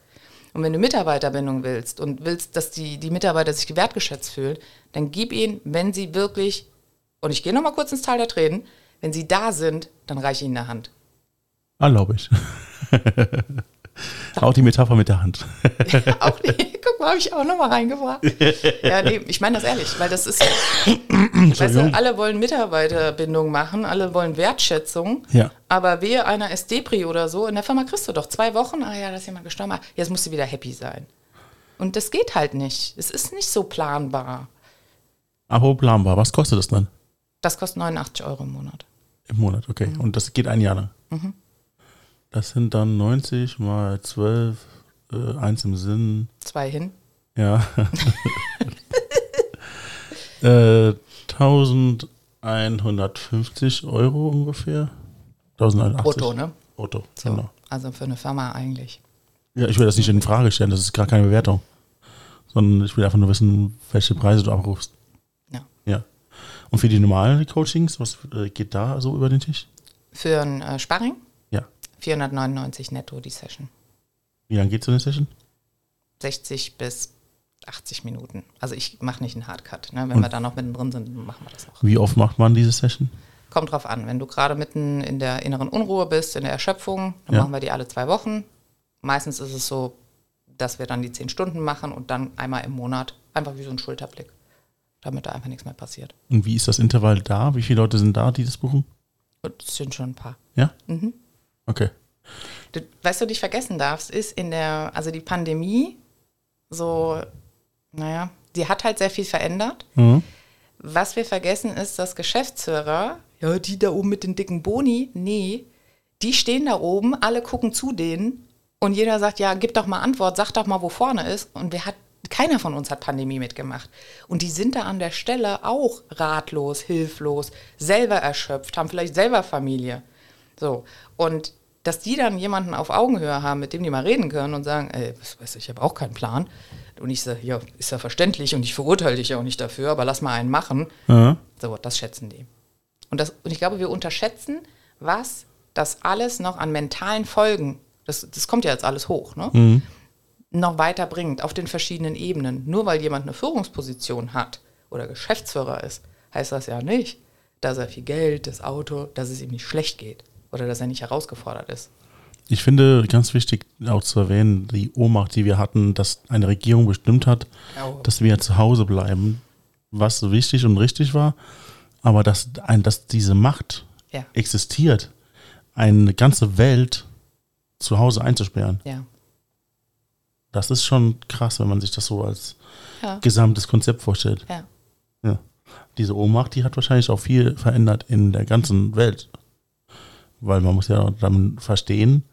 Speaker 2: Und wenn du Mitarbeiterbindung willst und willst, dass die, die Mitarbeiter sich wertgeschätzt fühlen, dann gib ihnen, wenn sie wirklich, und ich gehe nochmal kurz ins Tal der Tränen, wenn sie da sind, dann reiche ihnen eine Hand.
Speaker 1: Erlaube ich. Auch die Metapher mit der Hand.
Speaker 2: auch nicht. Guck mal, habe ich auch nochmal reingebracht. Ja, nee, ich meine das ehrlich, weil das ist weißt du, alle wollen Mitarbeiterbindung machen, alle wollen Wertschätzung.
Speaker 1: Ja.
Speaker 2: Aber wehe einer ist Depri oder so, in der Firma kriegst du doch zwei Wochen, ah ja, da ist jemand gestorben, ah, jetzt musst du wieder happy sein. Und das geht halt nicht. Es ist nicht so planbar.
Speaker 1: Aber planbar. Was kostet das dann
Speaker 2: Das kostet 89 Euro im Monat.
Speaker 1: im Monat? Okay. Und das geht ein Jahr lang. Das sind dann 90 mal 12, äh, eins im Sinn.
Speaker 2: Zwei hin.
Speaker 1: Ja. äh, 1150 Euro ungefähr. 1180.
Speaker 2: Brutto, ne?
Speaker 1: Brutto,
Speaker 2: So.
Speaker 1: genau.
Speaker 2: Also für eine Firma eigentlich.
Speaker 1: Ja, ich will das nicht in Frage stellen, das ist gar keine Bewertung. Sondern ich will einfach nur wissen, welche Preise du abrufst.
Speaker 2: Ja.
Speaker 1: Ja. Und für die normalen Coachings, was äh, geht da so über den Tisch?
Speaker 2: Für ein äh, Sparring
Speaker 1: Ja.
Speaker 2: 499 netto die Session.
Speaker 1: Wie lange geht so eine Session?
Speaker 2: 60 bis 80 Minuten. Also ich mache nicht einen Hardcut. Ne? Wenn wir da noch mittendrin sind, machen wir das auch.
Speaker 1: Wie oft macht man diese Session?
Speaker 2: Kommt drauf an. Wenn du gerade mitten in der inneren Unruhe bist, in der Erschöpfung, dann
Speaker 1: Ja.
Speaker 2: machen wir die alle zwei Wochen. Meistens ist es so, dass wir dann die zehn Stunden machen und dann einmal im Monat einfach wie so ein Schulterblick, damit da einfach nichts mehr passiert.
Speaker 1: Und wie ist das Intervall da? Wie viele Leute sind da, die das buchen?
Speaker 2: Und es sind schon ein paar.
Speaker 1: Ja?
Speaker 2: Mhm.
Speaker 1: Okay.
Speaker 2: Du, weißt du, was du nicht vergessen darfst, ist in der, also die Pandemie, so, naja, die hat halt sehr viel verändert.
Speaker 1: Mhm.
Speaker 2: Was wir vergessen ist, dass Geschäftsführer, ja, die da oben mit den dicken Boni, nee, die stehen da oben, alle gucken zu denen und jeder sagt, ja, gib doch mal Antwort, sag doch mal, wo vorne ist. Und wer hat keiner von uns hat Pandemie mitgemacht. Und die sind da an der Stelle auch ratlos, hilflos, selber erschöpft, haben vielleicht selber Familie. So. Und dass die dann jemanden auf Augenhöhe haben, mit dem die mal reden können und sagen, ey, was weiß ich, ich habe auch keinen Plan. Und ich sage, ja, ist ja verständlich und ich verurteile dich ja auch nicht dafür, aber lass mal einen machen.
Speaker 1: Ja.
Speaker 2: So, das schätzen die. Und, das, und ich glaube, wir unterschätzen, was das alles noch an mentalen Folgen, das, das kommt ja jetzt alles hoch, ne?
Speaker 1: Mhm.
Speaker 2: noch weiter bringt auf den verschiedenen Ebenen. Nur weil jemand eine Führungsposition hat oder Geschäftsführer ist, heißt das ja nicht, dass er viel Geld, das Auto, dass es ihm nicht schlecht geht oder dass er nicht herausgefordert ist.
Speaker 1: Ich finde ganz wichtig auch zu erwähnen, die Ohnmacht, die wir hatten, dass eine Regierung bestimmt hat,
Speaker 2: Ja.
Speaker 1: dass wir zu Hause bleiben, was wichtig und richtig war, aber dass, ein, dass diese Macht
Speaker 2: Ja.
Speaker 1: existiert, eine ganze Welt zu Hause einzusperren.
Speaker 2: Ja.
Speaker 1: Das ist schon krass, wenn man sich das so als
Speaker 2: Ja.
Speaker 1: gesamtes Konzept vorstellt.
Speaker 2: ja.
Speaker 1: Ja. Diese Ohnmacht, die hat wahrscheinlich auch viel verändert in der ganzen Welt. Weil man muss ja auch dann verstehen,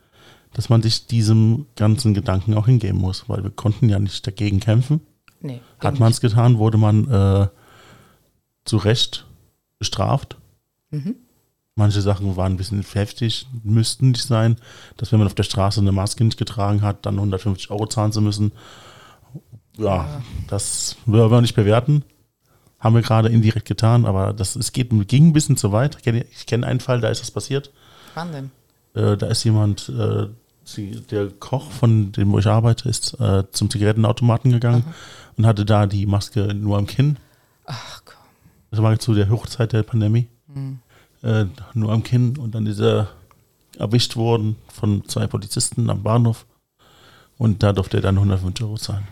Speaker 1: dass man sich diesem ganzen Gedanken auch hingeben muss, weil wir konnten ja nicht dagegen kämpfen.
Speaker 2: Nee.
Speaker 1: Hat
Speaker 2: ging
Speaker 1: man es getan, wurde man äh, zu Recht bestraft. Manche Sachen waren ein bisschen heftig, müssten nicht sein, dass wenn man auf der Straße eine Maske nicht getragen hat, dann 150 Euro zahlen zu müssen. Ja, das wollen wir nicht bewerten. Haben wir gerade indirekt getan, aber das, es geht, ging ein bisschen zu weit. Ich kenne- Ich kenne einen Fall, da ist das passiert.
Speaker 2: nicht. Wahnsinn.
Speaker 1: Äh, da ist jemand, äh, sie- der Koch, von dem wo ich arbeite, ist äh, zum Zigarettenautomaten gegangen und hatte da die Maske nur am Kinn.
Speaker 2: Ach komm.
Speaker 1: Das war zu der Hochzeit der Pandemie. Äh, nur am Kinn und dann ist er erwischt worden von zwei Polizisten am Bahnhof. Und da durfte er dann 150 Euro zahlen.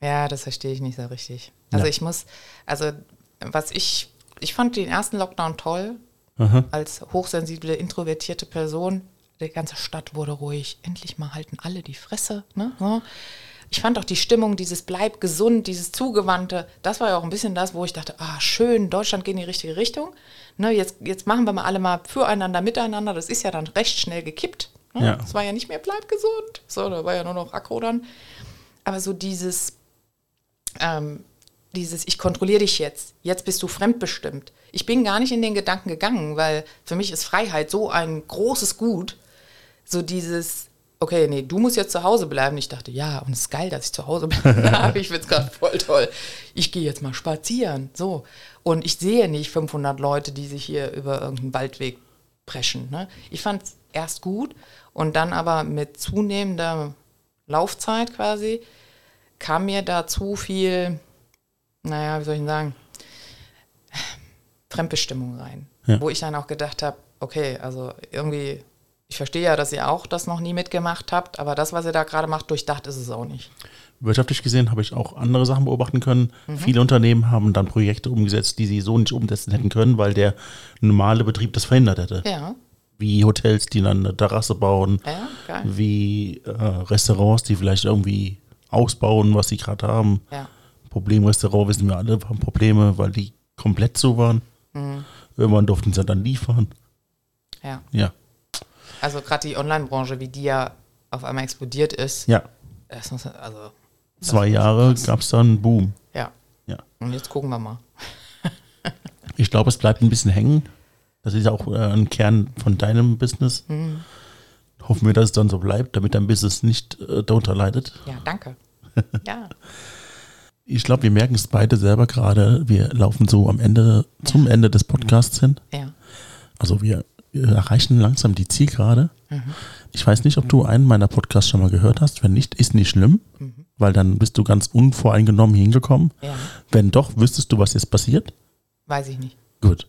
Speaker 2: Ja, das verstehe ich nicht so richtig. Also
Speaker 1: Ja.
Speaker 2: ich muss, also was ich, ich fand den ersten Lockdown toll,
Speaker 1: Aha.
Speaker 2: als hochsensible, introvertierte Person. Die ganze Stadt wurde ruhig. Endlich mal halten alle die Fresse. Ne? So. Ich fand auch die Stimmung, dieses Bleib gesund, dieses Zugewandte, das war ja auch ein bisschen das, wo ich dachte, ah, schön, Deutschland geht in die richtige Richtung. Ne, jetzt, jetzt machen wir mal alle mal füreinander, miteinander. Das ist ja dann recht schnell gekippt. Ne?
Speaker 1: Ja.
Speaker 2: Das war ja nicht mehr Bleib gesund. So, da war ja nur noch Akro dann. Aber so dieses, ähm, dieses, ich kontrolliere dich jetzt, jetzt bist du fremdbestimmt. Ich bin gar nicht in den Gedanken gegangen, weil für mich ist Freiheit so ein großes Gut. So dieses, okay, nee, du musst jetzt zu Hause bleiben. Ich dachte, ja, und es ist geil, dass ich zu Hause bleiben darf. Ich finde es gerade voll toll. Ich gehe jetzt mal spazieren. So. Und ich sehe nicht 500 Leute, die sich hier über irgendeinen Waldweg preschen. Ne? Ich fand es erst gut und dann aber mit zunehmender Laufzeit quasi kam mir da zu viel, naja, wie soll ich denn sagen, Fremdbestimmung rein.
Speaker 1: Ja.
Speaker 2: Wo ich dann auch gedacht habe, okay, also irgendwie, ich verstehe ja, dass ihr auch das noch nie mitgemacht habt, aber das, was ihr da gerade macht, durchdacht ist es auch nicht.
Speaker 1: Wirtschaftlich gesehen habe ich auch andere Sachen beobachten können. Viele Unternehmen haben dann Projekte umgesetzt, die sie so nicht umsetzen hätten können, weil der normale Betrieb das verhindert hätte.
Speaker 2: Ja,
Speaker 1: Wie Hotels, die dann eine Terrasse bauen,
Speaker 2: ja, geil.
Speaker 1: wie äh, Restaurants, die vielleicht irgendwie ausbauen, was sie gerade haben.
Speaker 2: Ja,
Speaker 1: Problemrestaurant wissen wir alle, haben Probleme, weil die komplett zu waren.
Speaker 2: Mhm.
Speaker 1: Irgendwann durften sie dann liefern.
Speaker 2: ja.
Speaker 1: Ja,
Speaker 2: Also gerade die Online-Branche, wie die ja auf einmal explodiert ist,
Speaker 1: ja.
Speaker 2: das muss, also,
Speaker 1: Zwei Jahre gab es dann einen Boom.
Speaker 2: ja.
Speaker 1: Ja.
Speaker 2: Und jetzt gucken wir mal.
Speaker 1: Ich glaube, es bleibt ein bisschen hängen. Das ist ja auch äh, ein Kern von deinem Business.
Speaker 2: Mhm.
Speaker 1: Hoffen wir, dass es dann so bleibt, damit dein Business nicht äh, darunter leidet.
Speaker 2: Ja, danke. Ja,
Speaker 1: Ich glaube, wir merken es beide selber gerade. Wir laufen so am Ende, zum Ende des Podcasts hin.
Speaker 2: ja.
Speaker 1: Also wir äh, erreichen langsam die Zielgerade. Ich weiß nicht, ob du einen meiner Podcasts schon mal gehört hast. Wenn nicht, ist nicht schlimm, weil dann bist du ganz unvoreingenommen hingekommen.
Speaker 2: Ja.
Speaker 1: Wenn doch, wüsstest du, was jetzt passiert?
Speaker 2: Weiß ich nicht.
Speaker 1: Gut.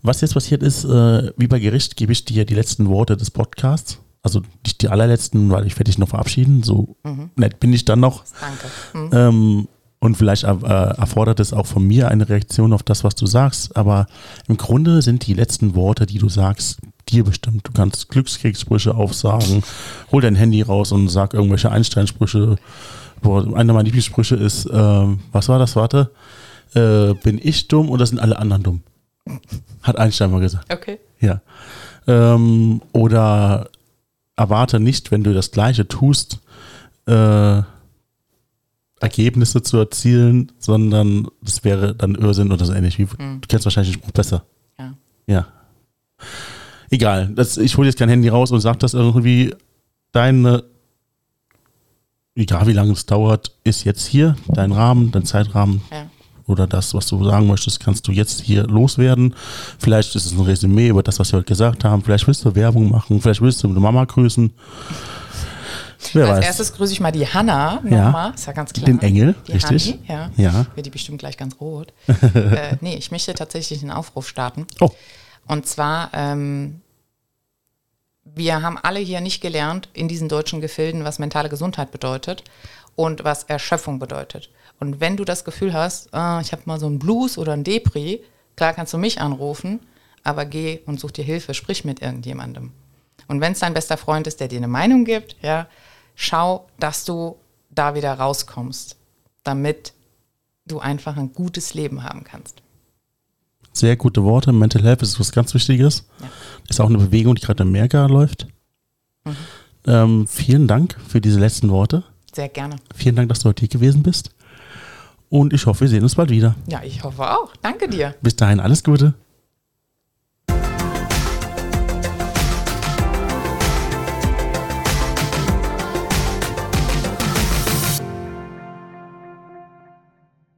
Speaker 1: Was jetzt passiert ist, äh, wie bei Gericht gebe ich dir die letzten Worte des Podcasts. Also nicht die allerletzten, weil ich werde dich noch verabschieden. So nett bin ich dann noch.
Speaker 2: Danke. Hm.
Speaker 1: Ähm, und vielleicht er- äh, erfordert es auch von mir eine Reaktion auf das, was du sagst. Aber im Grunde sind die letzten Worte, die du sagst, dir bestimmt. Du kannst Glückskriegssprüche aufsagen, hol dein Handy raus und sag irgendwelche Einstein-Sprüche. Boah, Einer meiner Lieblingssprüche ist, ähm, was war das, warte? Äh, bin ich dumm oder sind alle anderen dumm? Hat Einstein mal gesagt.
Speaker 2: Okay.
Speaker 1: Ja. Ähm, oder erwarte nicht, wenn du das Gleiche tust, äh, Ergebnisse zu erzielen, sondern das wäre dann Irrsinn oder so ähnlich. Wie, Du kennst wahrscheinlich den Spruch besser.
Speaker 2: Hm. Ja.
Speaker 1: Ja. Egal. Das, ich hole jetzt kein Handy raus und sage das irgendwie. Deine, egal wie lange es dauert, ist jetzt hier. Dein Rahmen, dein Zeitrahmen
Speaker 2: ja.
Speaker 1: oder das, was du sagen möchtest, kannst du jetzt hier loswerden. Vielleicht ist es ein Resümee über das, was wir heute gesagt haben. Vielleicht willst du Werbung machen. Vielleicht willst du eine Mama grüßen. Wer
Speaker 2: Als
Speaker 1: weiß.
Speaker 2: erstes grüße ich mal die Hanna
Speaker 1: Ja.
Speaker 2: nochmal, ist ja ganz klar.
Speaker 1: Den Engel,
Speaker 2: die
Speaker 1: richtig.
Speaker 2: Hanni, ja.
Speaker 1: Ja.
Speaker 2: Wird die bestimmt gleich ganz rot. äh, nee, ich möchte tatsächlich einen Aufruf starten.
Speaker 1: Oh,
Speaker 2: Und zwar, ähm, wir haben alle hier nicht gelernt in diesen deutschen Gefilden, was mentale Gesundheit bedeutet und was Erschöpfung bedeutet. Und wenn du das Gefühl hast, ah, ich habe mal so einen Blues oder einen Depri, klar kannst du mich anrufen, aber geh und such dir Hilfe, sprich mit irgendjemandem. Und wenn es dein bester Freund ist, der dir eine Meinung gibt, ja, schau, dass du da wieder rauskommst, damit du einfach ein gutes Leben haben kannst.
Speaker 1: sehr gute Worte. Mental Health ist was ganz Wichtiges.
Speaker 2: Ja.
Speaker 1: Ist auch eine Bewegung, die gerade in Amerika läuft.
Speaker 2: Mhm.
Speaker 1: Ähm, vielen Dank für diese letzten Worte.
Speaker 2: Sehr gerne.
Speaker 1: Vielen Dank, dass du heute hier gewesen bist. Und ich hoffe, wir sehen uns bald wieder.
Speaker 2: Ja, ich hoffe auch. Danke dir.
Speaker 1: Bis dahin alles Gute.